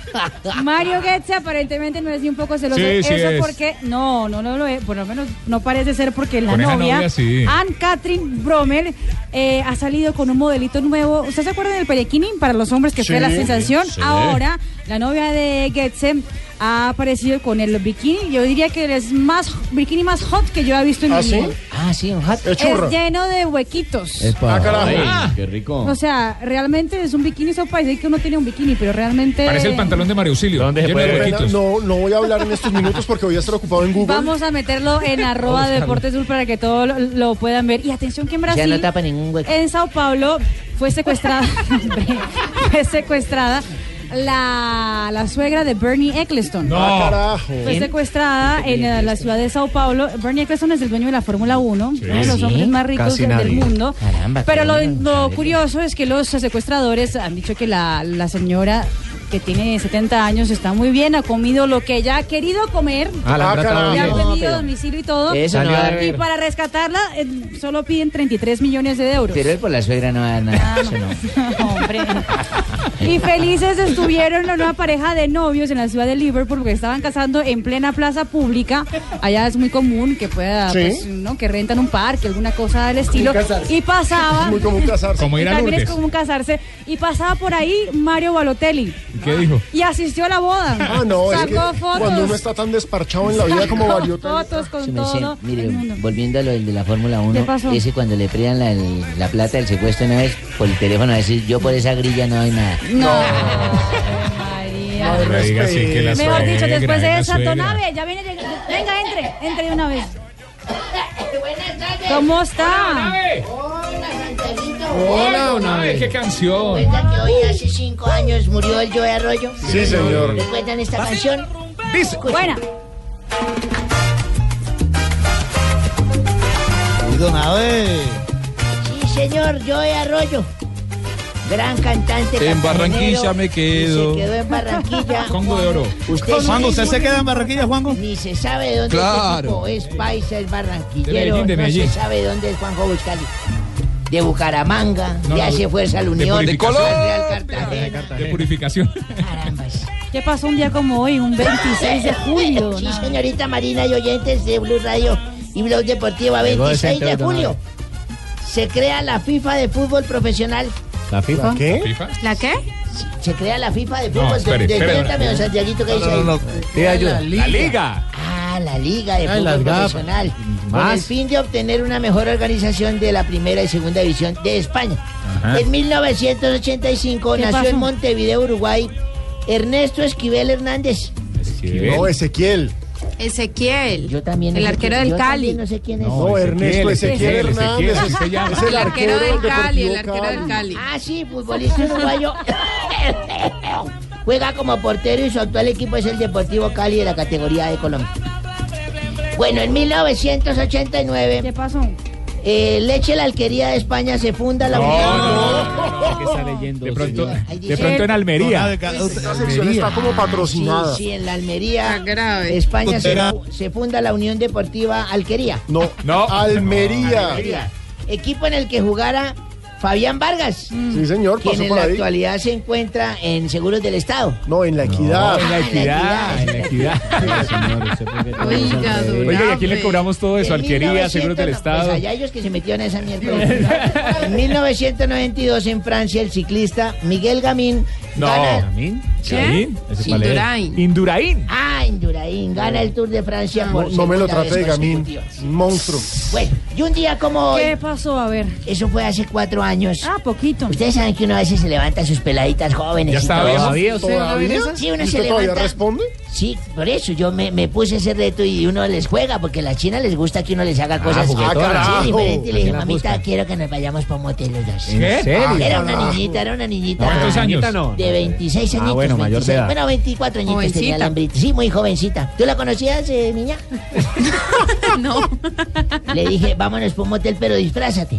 S5: Mario Goetze aparentemente no es ni un poco celoso.
S13: Sí, sí
S5: Eso
S13: es.
S5: porque, no, no, no lo es. Por lo menos no parece ser porque la
S13: Con esa
S5: novia,
S13: novia, sí.
S5: Anne Catherine Brommel, eh, ha salido con un modelito nuevo. ¿Ustedes se acuerdan del Pellequini para los hombres que
S19: Sí.
S5: fue la sensación?
S19: Sí.
S5: Ahora, la novia de Goetze ha aparecido con el bikini. Yo diría que es más bikini más hot que yo he visto en
S7: ¿Ah,
S5: mi
S7: sí?
S5: vida.
S7: Ah, sí, un hat.
S5: Es lleno de huequitos.
S7: Epa.
S10: Ah, carajo.
S7: Ay,
S13: qué rico.
S5: O sea, realmente es un bikini sopa y sé que uno tiene un bikini, pero realmente.
S13: Parece el pantalón de Mario Auxilio. ¿Dónde
S8: Qué pena, no, no voy a hablar en estos minutos porque voy a estar ocupado en Google.
S5: Vamos a meterlo en arroba
S8: Vamos a-
S5: Deportes Sur para que todo lo, lo puedan ver. Y atención que en Brasil,
S7: no tapa ningún hueco.
S5: en Sao Paulo, fue secuestrada, fue secuestrada la, la suegra de Bernie Eccleston.
S8: No. Ah, carajo.
S5: Fue secuestrada en eh, la ciudad de Sao Paulo. Bernie Eccleston es el dueño de la Fórmula 1, uno de los
S7: Sí,
S5: hombres más ricos
S7: casi
S5: del
S7: nadie.
S5: mundo.
S7: Caramba,
S5: Pero
S7: qué
S5: lo,
S7: bueno.
S5: lo curioso es que los secuestradores han dicho que la, la señora que tiene 70 años está muy bien, ha comido lo que ella ha querido comer.
S7: Ah, la han
S5: Le
S7: tratado
S5: han
S7: bien.
S5: tenido
S7: No, pero-
S5: domicilio y todo.
S7: Eso no Salió va a haber.
S5: y para rescatarla eh, solo piden 33 millones de euros.
S7: Pero él por la suegra no da
S5: Ah,
S7: nada. eso no.
S5: Y felices estuvieron una pareja de novios en la ciudad de Liverpool porque estaban casando en plena plaza pública. Allá es muy común que pueda,
S8: Sí.
S5: pues, ¿no? Que rentan un parque, alguna cosa del estilo.
S8: casarse.
S5: Y pasaba.
S8: Es muy común casarse. Como ir a
S5: También es
S8: Lourdes.
S5: común casarse. Y pasaba por ahí Mario Balotelli.
S13: ¿Qué dijo?
S5: Y asistió a la boda.
S8: Ah, no, es que
S5: Sacó fotos.
S8: cuando uno está tan desparchado en la vida como
S5: Sacó
S8: Barioto.
S5: fotos con
S7: Sí, me dicen,
S5: todo.
S7: mire, volviendo a lo del de la Fórmula
S5: ¿Qué
S7: 1,
S5: pasó?
S7: ese cuando le privan la, la plata del secuestro una vez por el teléfono a decir, yo por esa grilla no hay nada.
S5: No. María.
S7: No diga así, que la
S5: Mejor dicho,
S7: suegra,
S5: después
S7: la
S5: de esa
S7: suegra.
S5: tonave, ya viene llegando. Venga, entre, entre de una vez. ¿Cómo está?
S19: Hola, Santiaguito.
S13: Ay, qué canción.
S19: ¿Recuerdan que hoy hace cinco años murió el Joe Arroyo?
S13: Sí, señor.
S19: ¿Recuerdan esta canción?
S13: Dice.
S5: Buena.
S16: [laughs] Cuidado, eh. nave.
S19: Sí, señor, Joe Arroyo. Gran cantante. cartagenero,
S22: En Barranquilla me
S19: y
S22: quedo.
S19: Se quedó en Barranquilla.
S22: Congo de oro.
S19: no
S16: Juanjo, ¿usted
S19: es
S16: se
S19: un-
S16: queda en Barranquilla, Juanjo?
S19: Ni se sabe de dónde
S16: Claro.
S19: es el tipo. Es paisa, es barranquillero.
S16: De Medellín, de
S19: No
S16: Medellín.
S19: se sabe de dónde es Juanjo Buscali. De Bucaramanga,
S13: No,
S19: de
S13: no,
S19: hace fuerza a la
S13: de
S19: Unión,
S13: Purificación.
S19: al Real Cartagena.
S13: De purificación.
S5: ¿Qué pasó un día como hoy, un 26 de julio?
S19: [laughs] Sí, señorita Marina y oyentes de Blue Radio y Blog Deportivo, a
S7: Llegó el
S19: 26
S7: centro
S19: de
S7: de Don
S19: julio se crea la FIFA de fútbol profesional
S21: ¿La FIFA?
S19: ¿La
S21: qué?
S19: ¿La qué? Se crea la FIFA de fútbol.
S21: espere, espere.
S19: Despiértame, don Santiaguito, que dice ahí.
S21: Pida ayuda.
S19: La
S21: La
S19: liga.
S21: liga.
S19: Ah, la Liga de
S21: Ay, las
S19: Fútbol
S21: gafas.
S19: Profesional. Con
S21: Más.
S19: el fin de obtener una mejor organización de la primera y segunda división de España.
S21: Ajá.
S19: En 1985
S5: ¿Qué
S19: nació
S5: pasó?
S19: en Montevideo, Uruguay, Ernesto Esquivel Hernández.
S8: No, Ezequiel.
S19: Ezequiel. Yo también.
S4: El
S19: no sé
S4: arquero
S19: quién-
S4: del
S19: yo
S4: Cali.
S19: también No sé quién es.
S8: No, No, Ezequiel, Ernesto Ezequiel Ezequiel, Hernández, Ezequiel, así se llama. es el
S19: El
S8: arquero
S19: arquero
S8: del
S19: del Cali, el
S8: Deportivo
S19: arquero del Cali. Ah, sí, futbolista uruguayo. Juega como portero y su actual equipo es el Deportivo Cali de la categoría de Colombia. Bueno, en 1989. ¿Qué pasó? eh, Leche la Alquería de España se funda la Unión.
S21: ¿Qué está leyendo? De pronto,
S19: dice- pronto en Almería.
S8: Esta sección está como patrocinada.
S19: Sí, sí, en la Almería, España se,
S8: Puntera.
S19: fu- se funda la Unión Deportiva Alquería.
S8: No, Almería.
S19: Almería. Equipo en el que jugara Fabián Vargas.
S8: Sí, señor,
S19: Quien
S8: pasó
S19: en
S8: por
S19: la
S8: ahí.
S19: actualidad se encuentra en Seguros del Estado. Ah,
S8: No, en la equidad.
S19: en la equidad,
S8: en la
S19: equidad. Oiga,
S13: Oiga, ¿y aquí le cobramos todo eso?
S19: En
S13: Alquería, seguros del
S19: 1900,
S13: Estado.
S19: Pues allá ellos que se metieron a esa mierda. en 1992 en Francia el ciclista Miguel Gamín
S21: No.
S19: gana
S21: ¿Gamín?
S19: ¿Sí?
S21: ¿Gamín? ¿Ese cuál es?
S19: Indurain.
S21: Indurain.
S19: Ah, Indurain gana el Tour de Francia
S8: No,
S19: por
S8: no me lo
S19: segunda
S8: trate de
S19: vez
S8: Gamín.
S19: consecutiva.
S8: Un monstruo.
S19: Bueno, y un día como hoy. ¿Qué pasó? A ver. Eso fue hace cuatro años. Ah, poquito. Ustedes saben que uno a veces se levanta sus peladitas jóvenes.
S21: ¿Ya
S19: y
S21: está
S19: todo.
S21: viejo? ¿Todavía usted
S8: no ve esas?
S19: Sí, uno
S8: ¿Y
S19: se
S8: usted todavía
S19: levanta. responde? Sí, por eso yo me, me puse ese reto y uno les juega, porque a las chinas les gusta que uno les
S21: Ah,
S19: haga cosas
S21: juguetona.
S19: sí, diferentes. Y
S21: ¿A
S19: le dije,
S21: quién la
S19: mamita,
S21: busca?
S19: quiero que nos vayamos para un motel los dos.
S21: ¿En ¿Qué? serio?
S19: Era una
S21: Carajo.
S19: niñita, era una niñita.
S21: ¿Cuántos años?
S19: Niñita no. De 26
S21: Ah,
S19: añitos.
S21: bueno, mayor de
S19: 26.
S21: edad.
S19: Bueno, 24 añitos tenía
S4: Jovencita.
S19: la hembrita. Sí, muy jovencita. ¿Tú la conocías, eh, niña? no. Le dije, vámonos para un motel, pero disfrázate.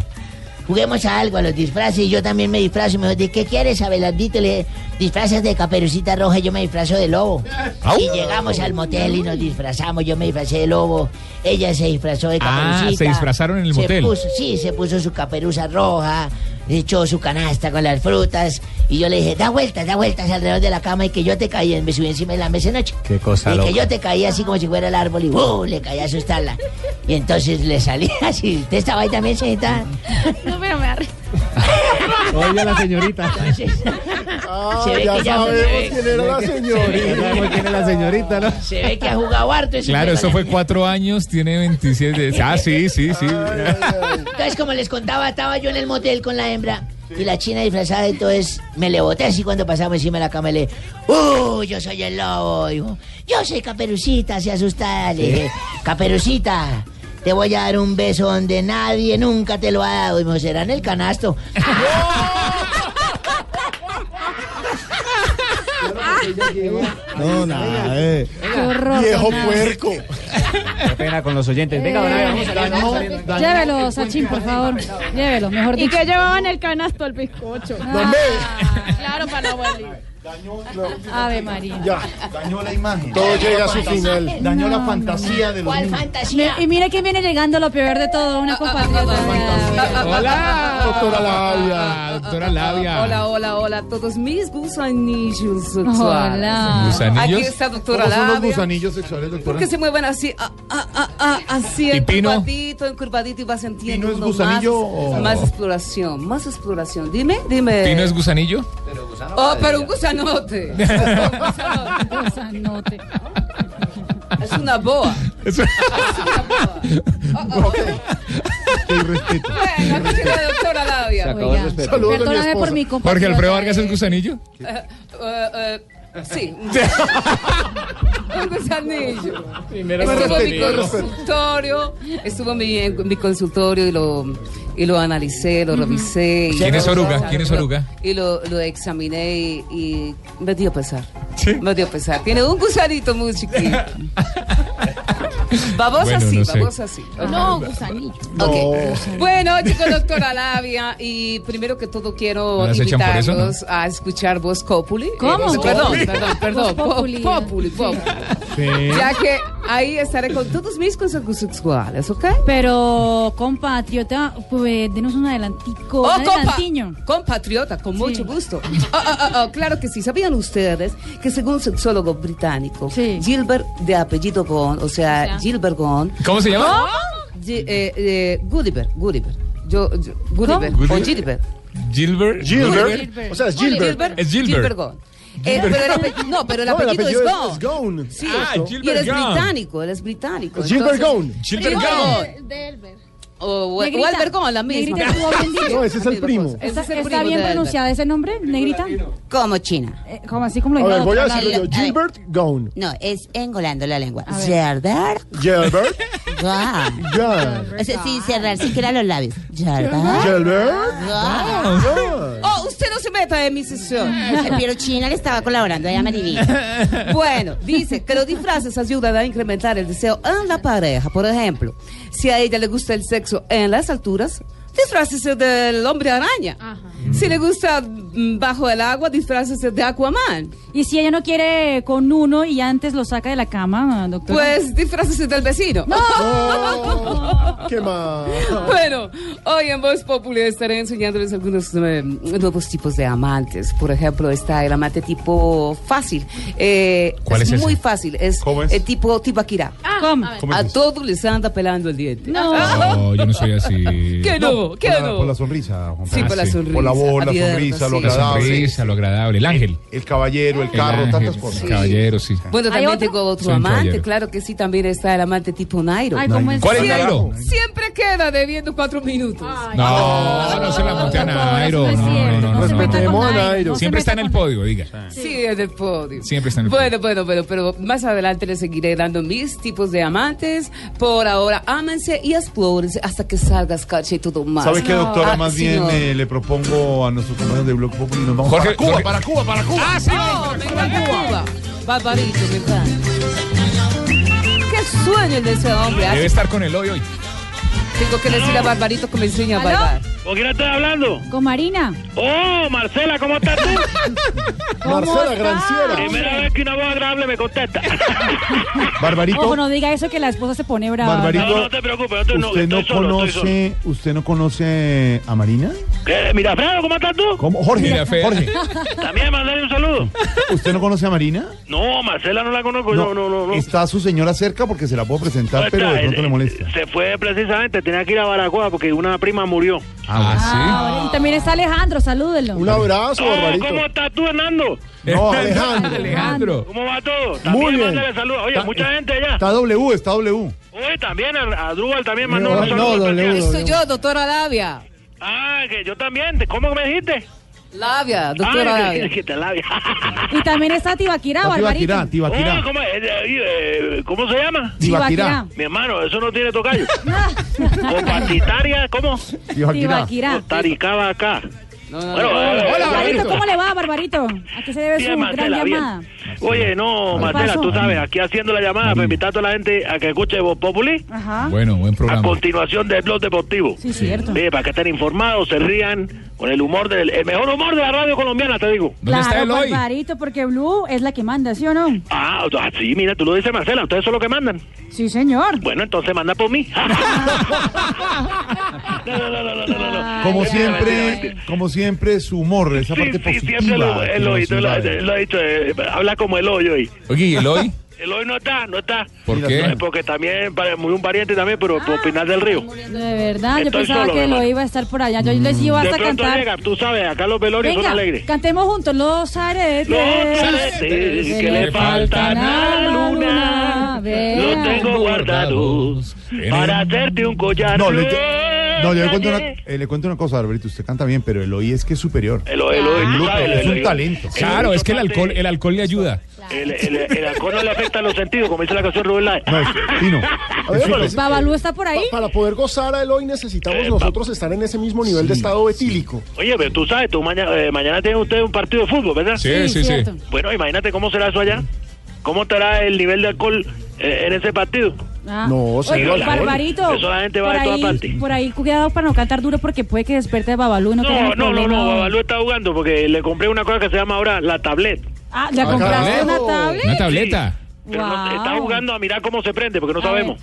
S19: Juguemos a algo, a los disfraces. Y yo también me disfrazo. Y me dijo, ¿de qué quieres, Abelardito? Le dije, disfrazas de caperucita roja, yo me disfrazo de lobo.
S21: Au.
S19: Y llegamos al motel y nos disfrazamos. Yo me disfrazé de lobo. Ella se disfrazó de caperucita.
S13: Ah, se disfrazaron en el
S19: Se
S13: motel.
S19: puso- sí, se puso su caperuza roja. Echó su canasta con las frutas. Y yo le dije, da vueltas, da vueltas alrededor de la cama. Y que yo te caí. Me subí encima de la mesa de noche.
S21: Qué cosa
S19: Y
S21: loca.
S19: que yo te caía así como si fuera el árbol y ¡uh! le caía a asustarla. Y entonces le salía [laughs] así. ¿Usted estaba ahí también, señorita?
S4: No, pero me arre.
S21: Oiga la señorita.
S19: Se ve
S8: ya
S19: que ya-
S8: sabemos quién era la
S21: Ya sabemos
S8: señorita.
S21: quién es la señorita, ¿no?
S19: Se ve que ha jugado harto. ese
S13: Claro,
S19: juego,
S13: eso
S19: ¿no?
S13: fue cuatro años, tiene 27. Ah, sí, sí, sí.
S19: Entonces, como les contaba, estaba yo en el motel con la hembra. Y la china disfrazada, entonces me le boté así cuando pasamos encima de la cama y le ¡Uh! Yo soy el lobo. Digo, yo soy Caperucita, se asustada. Le dije, Caperucita, te voy a dar un beso donde nadie nunca te lo ha dado. Y me dijo, será en el canasto.
S21: No, nada. eh.
S8: Viejo puerco.
S21: Qué pena con los oyentes. Venga, don Ave,
S6: Eh,
S21: vamos saliendo, vamos
S5: Eh,
S21: saliendo.
S5: Llévelo, Sachin, por favor. Llévelo, mejor
S4: ¿Y
S5: dicho.
S4: que llevaban el canasto al bizcocho? Ah, claro, para no volver.
S5: Ave María.
S3: Dañó la imagen.
S8: Todo llega a su
S3: Fantasía.
S8: final.
S3: Dañó
S5: No,
S3: la fantasía de los niños.
S5: Me- Y mira quién viene llegando, lo peor de todo,
S6: Ah,
S5: una compatriota.
S13: Hola,
S8: doctora Labia.
S13: Doctora Labia.
S6: Hola, hola, hola a todos mis gusanillos sexuales.
S13: Hola. ¿Gusanillos?
S6: Aquí está doctora
S3: ¿Cómo son los
S6: Labia.
S3: gusanillos sexuales, doctora?
S6: Que se mueven así, ah, ah, ah, ah, así,
S3: ¿Y Pino?
S6: encurvadito, encurvadito y vas sintiendo
S3: ¿Pino es
S6: uno más,
S3: gusanillo o-
S6: más exploración, más exploración. Dime, dime.
S13: ¿Pino es gusanillo?
S6: Oh,
S13: [laughs]
S6: pero un gusanote.
S3: [laughs]
S6: Un gusanote. Es una boa. [laughs]
S13: Es
S6: Bueno, aquí está la doctora Labia.
S13: el respeto. Saludos de mi
S5: Perdóname por
S13: esposa.
S5: mi compatriota.
S13: Jorge Alfredo Vargas es gusanillo.
S6: Eh, eh, eh, sí. Un gusanillo.
S13: Primero
S6: estuvo en mi
S13: respeto.
S6: consultorio, estuvo en mi, en mi consultorio y lo, y lo analicé, lo revisé. y-
S13: ¿Quién es oruga? ¿Quién es oruga?
S6: Y lo, lo examiné y, y me dio pesar. Me dio pesar. Tiene un gusanito muy chiquito. Vamos
S13: Bueno,
S6: así,
S13: no sé.
S6: vamos así.
S4: No, gusanillo.
S6: Ok. Bueno, chicos, doctora Labia, y primero que todo quiero
S13: ¿No las echan por eso, no?
S6: invitarlos a escuchar Voz Populi.
S4: ¿Cómo?
S6: Eh, perdón, perdón,
S4: Voz
S6: perdón. Po-
S4: Populi.
S6: Populi, Populi. Ya que Eh, ahí estaré con todos mis consejos sexuales, ¿ok?
S5: Pero, compatriota, pues, denos un adelantico.
S6: Oh,
S5: un
S6: compa-
S5: adelantiño.
S6: compatriota, con mucho gusto. Oh, oh, oh, oh, claro que sí. ¿Sabían ustedes que según sexólogo británico, Gilbert de apellido Gone, o sea,
S19: sea.
S6: Gilbert Gone.
S13: ¿Cómo se llama?
S6: Gi- eh, eh, Gulliver, Gulliver. Yo, yo- Gulliver,
S13: ¿Cómo?
S6: o Gilbert.
S13: Gilbert.
S8: Gilbert. O sea, es
S6: Gilbert.
S8: Gilbert.
S13: Es Gilbert.
S6: Gilbert Gone. Eh, pero el ape- no, pero el
S8: No, el
S6: apellido,
S8: apellido es-
S6: es
S8: es
S6: Gone.
S8: Gone.
S6: Sí,
S8: Ah,
S6: y él
S8: Gilbert
S6: es
S8: Gone.
S6: británico, él es británico.
S8: Es Gilbert Gone.
S6: Gilbert Gone. O, o
S5: Negrita.
S6: Albert Gone, la misma. pues,
S5: Negrita estuvo bien dicho.
S8: No, ese es el primo.
S5: ¿Está,
S6: Ese es el
S5: está
S6: primo
S5: bien
S6: de Albert.
S5: pronunciado ese nombre, negrita?
S2: Como China.
S5: Eh, como así como lo
S8: A ver,
S5: digo.
S8: voy a decirlo yo.
S2: A ver.
S8: Gilbert Gone.
S2: No, es engolando la lengua.
S5: A ver.
S2: Gerber.
S8: Gilbert.
S2: Gone.
S8: Gone.
S2: O sea, sin cerrar siquiera los labios. Gerber.
S8: Gilbert.
S2: Gone.
S6: Oh, usted no se meta en mi sesión.
S2: Eh, Pero China le estaba colaborando, ella me
S8: [laughs]
S2: divina.
S6: Bueno, dice que los disfraces ayudan a incrementar el deseo en la pareja. Por ejemplo, si a ella le gusta el sexo en las alturas, disfrácese del hombre araña.
S5: Ah.
S6: Si le gusta mm, bajo el agua, disfrácese de Aquaman.
S5: Y si ella no quiere con uno y antes lo saca de la cama, doctor.
S6: Pues disfrácese del vecino.
S13: Oh,
S8: ¿Qué más?
S6: [laughs] Bueno, hoy en Voz Populi estaré enseñándoles algunos eh, nuevos tipos de amantes. Por ejemplo, está el amante tipo fácil. Eh,
S13: ¿Cuál es ese?
S6: muy fácil. Es,
S13: ¿Cómo es?
S6: eh, tipo Tibaquirá.
S5: ¿Cómo?
S13: ¿Cómo
S6: A
S13: es?
S6: todos les anda pelando el diente.
S13: Ah,
S6: Ah.
S13: No, yo no soy así.
S6: ¿Qué no? ¿Qué
S9: por La,
S6: no?
S9: por la sonrisa, Juan
S6: Sí, por la
S9: Carlos.
S6: sonrisa,
S9: Por la voz, la
S6: abierta,
S9: sonrisa, lo
S6: sí.
S9: agradable.
S13: La sonrisa, lo agradable. El ángel.
S9: El, caballero, el carro,
S13: ángel,
S9: tantas cosas.
S13: el Caballero, sí.
S6: [laughs] Bueno,
S13: ¿Hay
S6: también
S13: otro?
S6: tengo otro
S13: Soy un
S6: amante,
S13: caballero.
S6: claro que sí, también está el amante tipo Nairo.
S13: Ay, ¿cómo es? ¿Cuál es
S6: Sie-
S13: Nairo?
S6: Siempre queda debiendo cuatro minutos.
S13: No, no se la monte a Nairo. No, no, no, no.
S6: Respetemos a Nairo. No se
S13: Siempre está en el podio, diga.
S6: Sí, en el podio.
S13: Siempre está en el podio.
S6: Bueno, bueno, bueno, pero más adelante les seguiré dando mis tipos de amantes. Por ahora, ámense y explórense hasta que salgas caché y todo más.
S9: ¿Sabe qué, doctora?
S6: Ah,
S9: Más
S6: sí,
S9: bien
S6: no.
S9: eh, le propongo a nuestros compañeros de Blog Populi. Nos vamos
S13: Jorge,
S9: para Cuba,
S13: Jorge.
S9: para Cuba, para Cuba.
S6: Ah, sí, no, me encanta Cuba. Barbarito, me encanta. Qué sueño el de ese hombre.
S13: Debe
S9: Eh,
S6: Hace-
S13: estar con el hoy hoy.
S6: Tengo que decirle a Barbarito que me enseña a
S5: ¿Aló?
S6: bailar.
S26: ¿Con quién estoy hablando?
S5: Con Marina.
S26: ¡Oh, Marcela, ¿cómo estás
S5: [laughs]
S26: tú?
S5: Marcela
S26: Granciera. Primera vez que una voz agradable
S9: [laughs]
S26: me contesta.
S5: Ojo, no diga eso que la esposa se pone brava.
S9: Barbarito,
S26: No, no te preocupes, no,
S9: ¿usted no
S26: estoy solo, estoy
S9: conoce, usted no conoce a Marina?
S26: Eh, Mirafredo, ¿cómo estás tú?
S9: ¿Cómo? Jorge,
S26: Mirafe-
S9: Jorge,
S26: También mandarle un saludo.
S9: ¿usted no conoce a Marina?
S26: No, Marcela [laughs] no la conozco. No, no, no. no.
S9: Está su señora cerca porque se la puedo presentar,
S26: No
S9: pero de
S26: está,
S9: pronto
S26: eh,
S9: le molesta.
S26: Se fue precisamente, tenía que ir a Baracoa porque una prima murió.
S9: Ah,
S5: Y también está Alejandro, salúdenlo.
S9: Un abrazo,
S26: Oh, ¿Cómo estás tú, Hernando?
S9: No, Alejandro.
S13: Alejandro.
S26: ¿Cómo va todo?
S9: Muy
S26: También
S9: bien.
S26: mándale saludos. Oye,
S9: Está-
S26: mucha gente allá.
S9: Está W, está W.
S26: Oye, también a, a Drúbal también mandó
S9: No,
S26: un saludo.
S9: no,
S26: especial.
S9: W,
S6: Soy yo, doctora Labia.
S26: Ah, que yo también. ¿Te- ¿Cómo me dijiste?
S6: Labia, doctora
S26: Ay, que,
S6: Labia.
S26: que te labia.
S5: Y también está Tibaquirá, Barbarito.
S26: Oh, ¿cómo, es? Eh, eh, ¿Cómo se llama?
S5: Tibaquirá.
S26: Mi hermano, eso no tiene tocayo. o patitaria, ¿cómo?
S5: Tibaquirá.
S26: O taricaba acá. Bueno, eh,
S5: Barbarito, ¿cómo le va, Barbarito? ¿A qué se debe su
S26: Bien,
S5: gran
S26: Marcela, bien.
S5: llamada?
S26: Oye, no,
S5: ¿Qué
S26: Marcela,
S5: pasó?
S26: tú sabes, aquí haciendo la llamada, para invitar a toda la gente a que escuche Voz Populi.
S5: Ajá.
S13: Bueno, buen
S26: A
S13: programa.
S26: continuación del blog deportivo.
S5: Sí, cierto.
S26: Ve, para que estén informados, se rían con el humor del el mejor humor de la radio colombiana, te digo.
S5: Claro, Barbarito, porque Blue es la que manda, ¿sí o no?
S26: Ah, ah, sí, mira, tú lo dices Marcela, ustedes son los que mandan.
S5: Sí, señor.
S26: Bueno, entonces manda
S5: [laughs]
S26: por mí. [laughs]
S9: Como
S26: Ay, ay,
S9: siempre, como siempre, su humor, esa parte
S26: Sí,
S9: positiva.
S26: siempre lo,
S9: que
S26: el
S9: nos
S26: oído, lo,
S9: invade.
S26: lo ha dicho, eh, habla como el hoy hoy.
S13: Oye, ¿y el hoy?
S26: [laughs] El hoy no está, no está.
S13: ¿Por Mira, qué?
S26: Eh, Porque también, para- muy un pariente también, pero por Pinar del Río.
S5: De verdad, yo
S26: Estoy
S5: pensaba
S26: solo, mi
S5: que lo
S26: hermano.
S5: iba a estar por allá. Yo les iba
S26: de
S5: hasta a
S26: pronto
S5: cantar.
S26: llega, tú sabes, acá los velorios
S5: Venga,
S26: son alegres.
S5: cantemos juntos los aretes.
S26: Los aretes que le faltan a la luna,
S5: vean.
S26: Los tengo guardados para hacerte un collar.
S9: No, le, no, yo le cuento, una, eh, le cuento una cosa, Alberto. Usted canta bien, pero Eloy es que es superior. Ah,
S26: Eloy, Eloy, tú sabes,
S9: es un
S26: Eloy.
S9: talento.
S13: Claro, es que el alcohol, el alcohol le ayuda.
S26: El, el, el alcohol no le afecta los sentidos, como dice la canción Rubén Lai.
S9: No, Pino.
S5: Babalú está por ahí.
S8: eh, para poder gozar a Eloy necesitamos nosotros estar en ese mismo nivel de estado etílico.
S26: Oye, pero tú sabes, tú mañana, eh, mañana tienen ustedes un partido de fútbol, ¿verdad?
S8: Sí, Sí, sí, cierto. sí.
S26: Bueno, imagínate cómo será eso allá. ¿Cómo estará el nivel de alcohol eh, en ese partido?
S5: Ah.
S26: No,
S5: Oye,
S26: señor, la-
S5: Barbarito.
S26: eso la gente va
S5: por
S26: de todas
S5: ahí,
S26: partes.
S5: Por ahí, cuidado para no cantar duro porque puede que despierte Babalú. No,
S26: No,
S5: queremos
S26: no, no, no,
S5: problemas.
S26: Babalú está jugando porque le compré una cosa que se llama ahora la tablet.
S5: Ah, ¿le compraste una tablet?
S13: Una tableta.
S26: Pero no,
S5: Wow.
S26: está jugando a mirar cómo se prende porque no sabemos.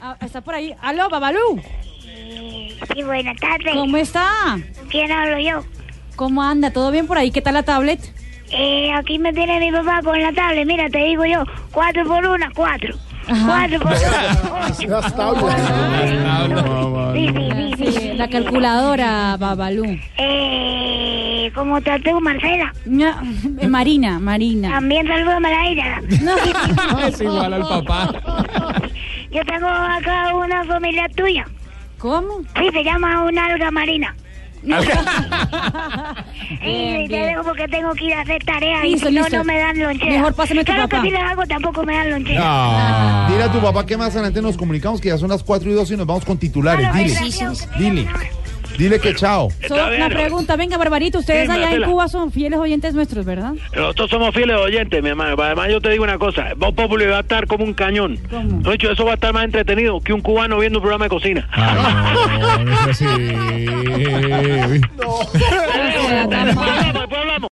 S5: Ah, está por ahí. Aló, Babalú.
S30: Sí, buenas tardes.
S5: ¿Cómo está?
S30: ¿Quién hablo yo?
S5: ¿Cómo anda? ¿Todo bien por ahí? ¿Qué tal la tablet?
S30: Eh, aquí me tiene mi papá con la tablet. Mira, te digo yo, cuatro por una, cuatro.
S5: Cuatro [laughs] por dos.
S8: Las tablas.
S5: Sí, sí, sí, sí.
S6: Ah, La calculadora, Babalú.
S5: Eh, ¿Cómo te atrevo, Marcela?
S6: Eh, Marina, Marina.
S5: También saludo a Malaira. [laughs]
S11: Es Ah, igual al papá.
S5: Yo tengo acá una familia tuya.
S6: ¿Cómo?
S5: Sí, se llama una alga marina. [laughs]
S6: Bien,
S5: Y te
S6: bien.
S5: dejo porque tengo que ir a hacer tareas y
S6: Listo,
S5: si no,
S6: listo.
S5: no me dan lonchera.
S6: Mejor pásame tu
S5: claro
S6: papá.
S5: que si les hago tampoco me dan lonchera.
S9: Ah.
S30: Dile a tu papá que más adelante nos comunicamos que ya son las 4 y 2 y nos vamos con titulares.
S5: Claro,
S30: Dile,
S5: sí, sí, sí.
S30: dile, dile que chao.
S6: Solo una pregunta, venga, Barbarito, ustedes
S26: Sí,
S6: allá en
S26: Marcela.
S6: Cuba son fieles oyentes nuestros, ¿verdad?
S26: Nosotros somos fieles oyentes, mi hermano. Además, yo te digo una cosa: Voz Populi va a estar como un cañón.
S6: ¿Cómo?
S26: De hecho, eso va a estar más entretenido que un cubano viendo un programa de cocina. [laughs]
S11: Ay, no, no es así.
S5: [laughs]
S6: Pero tan mal.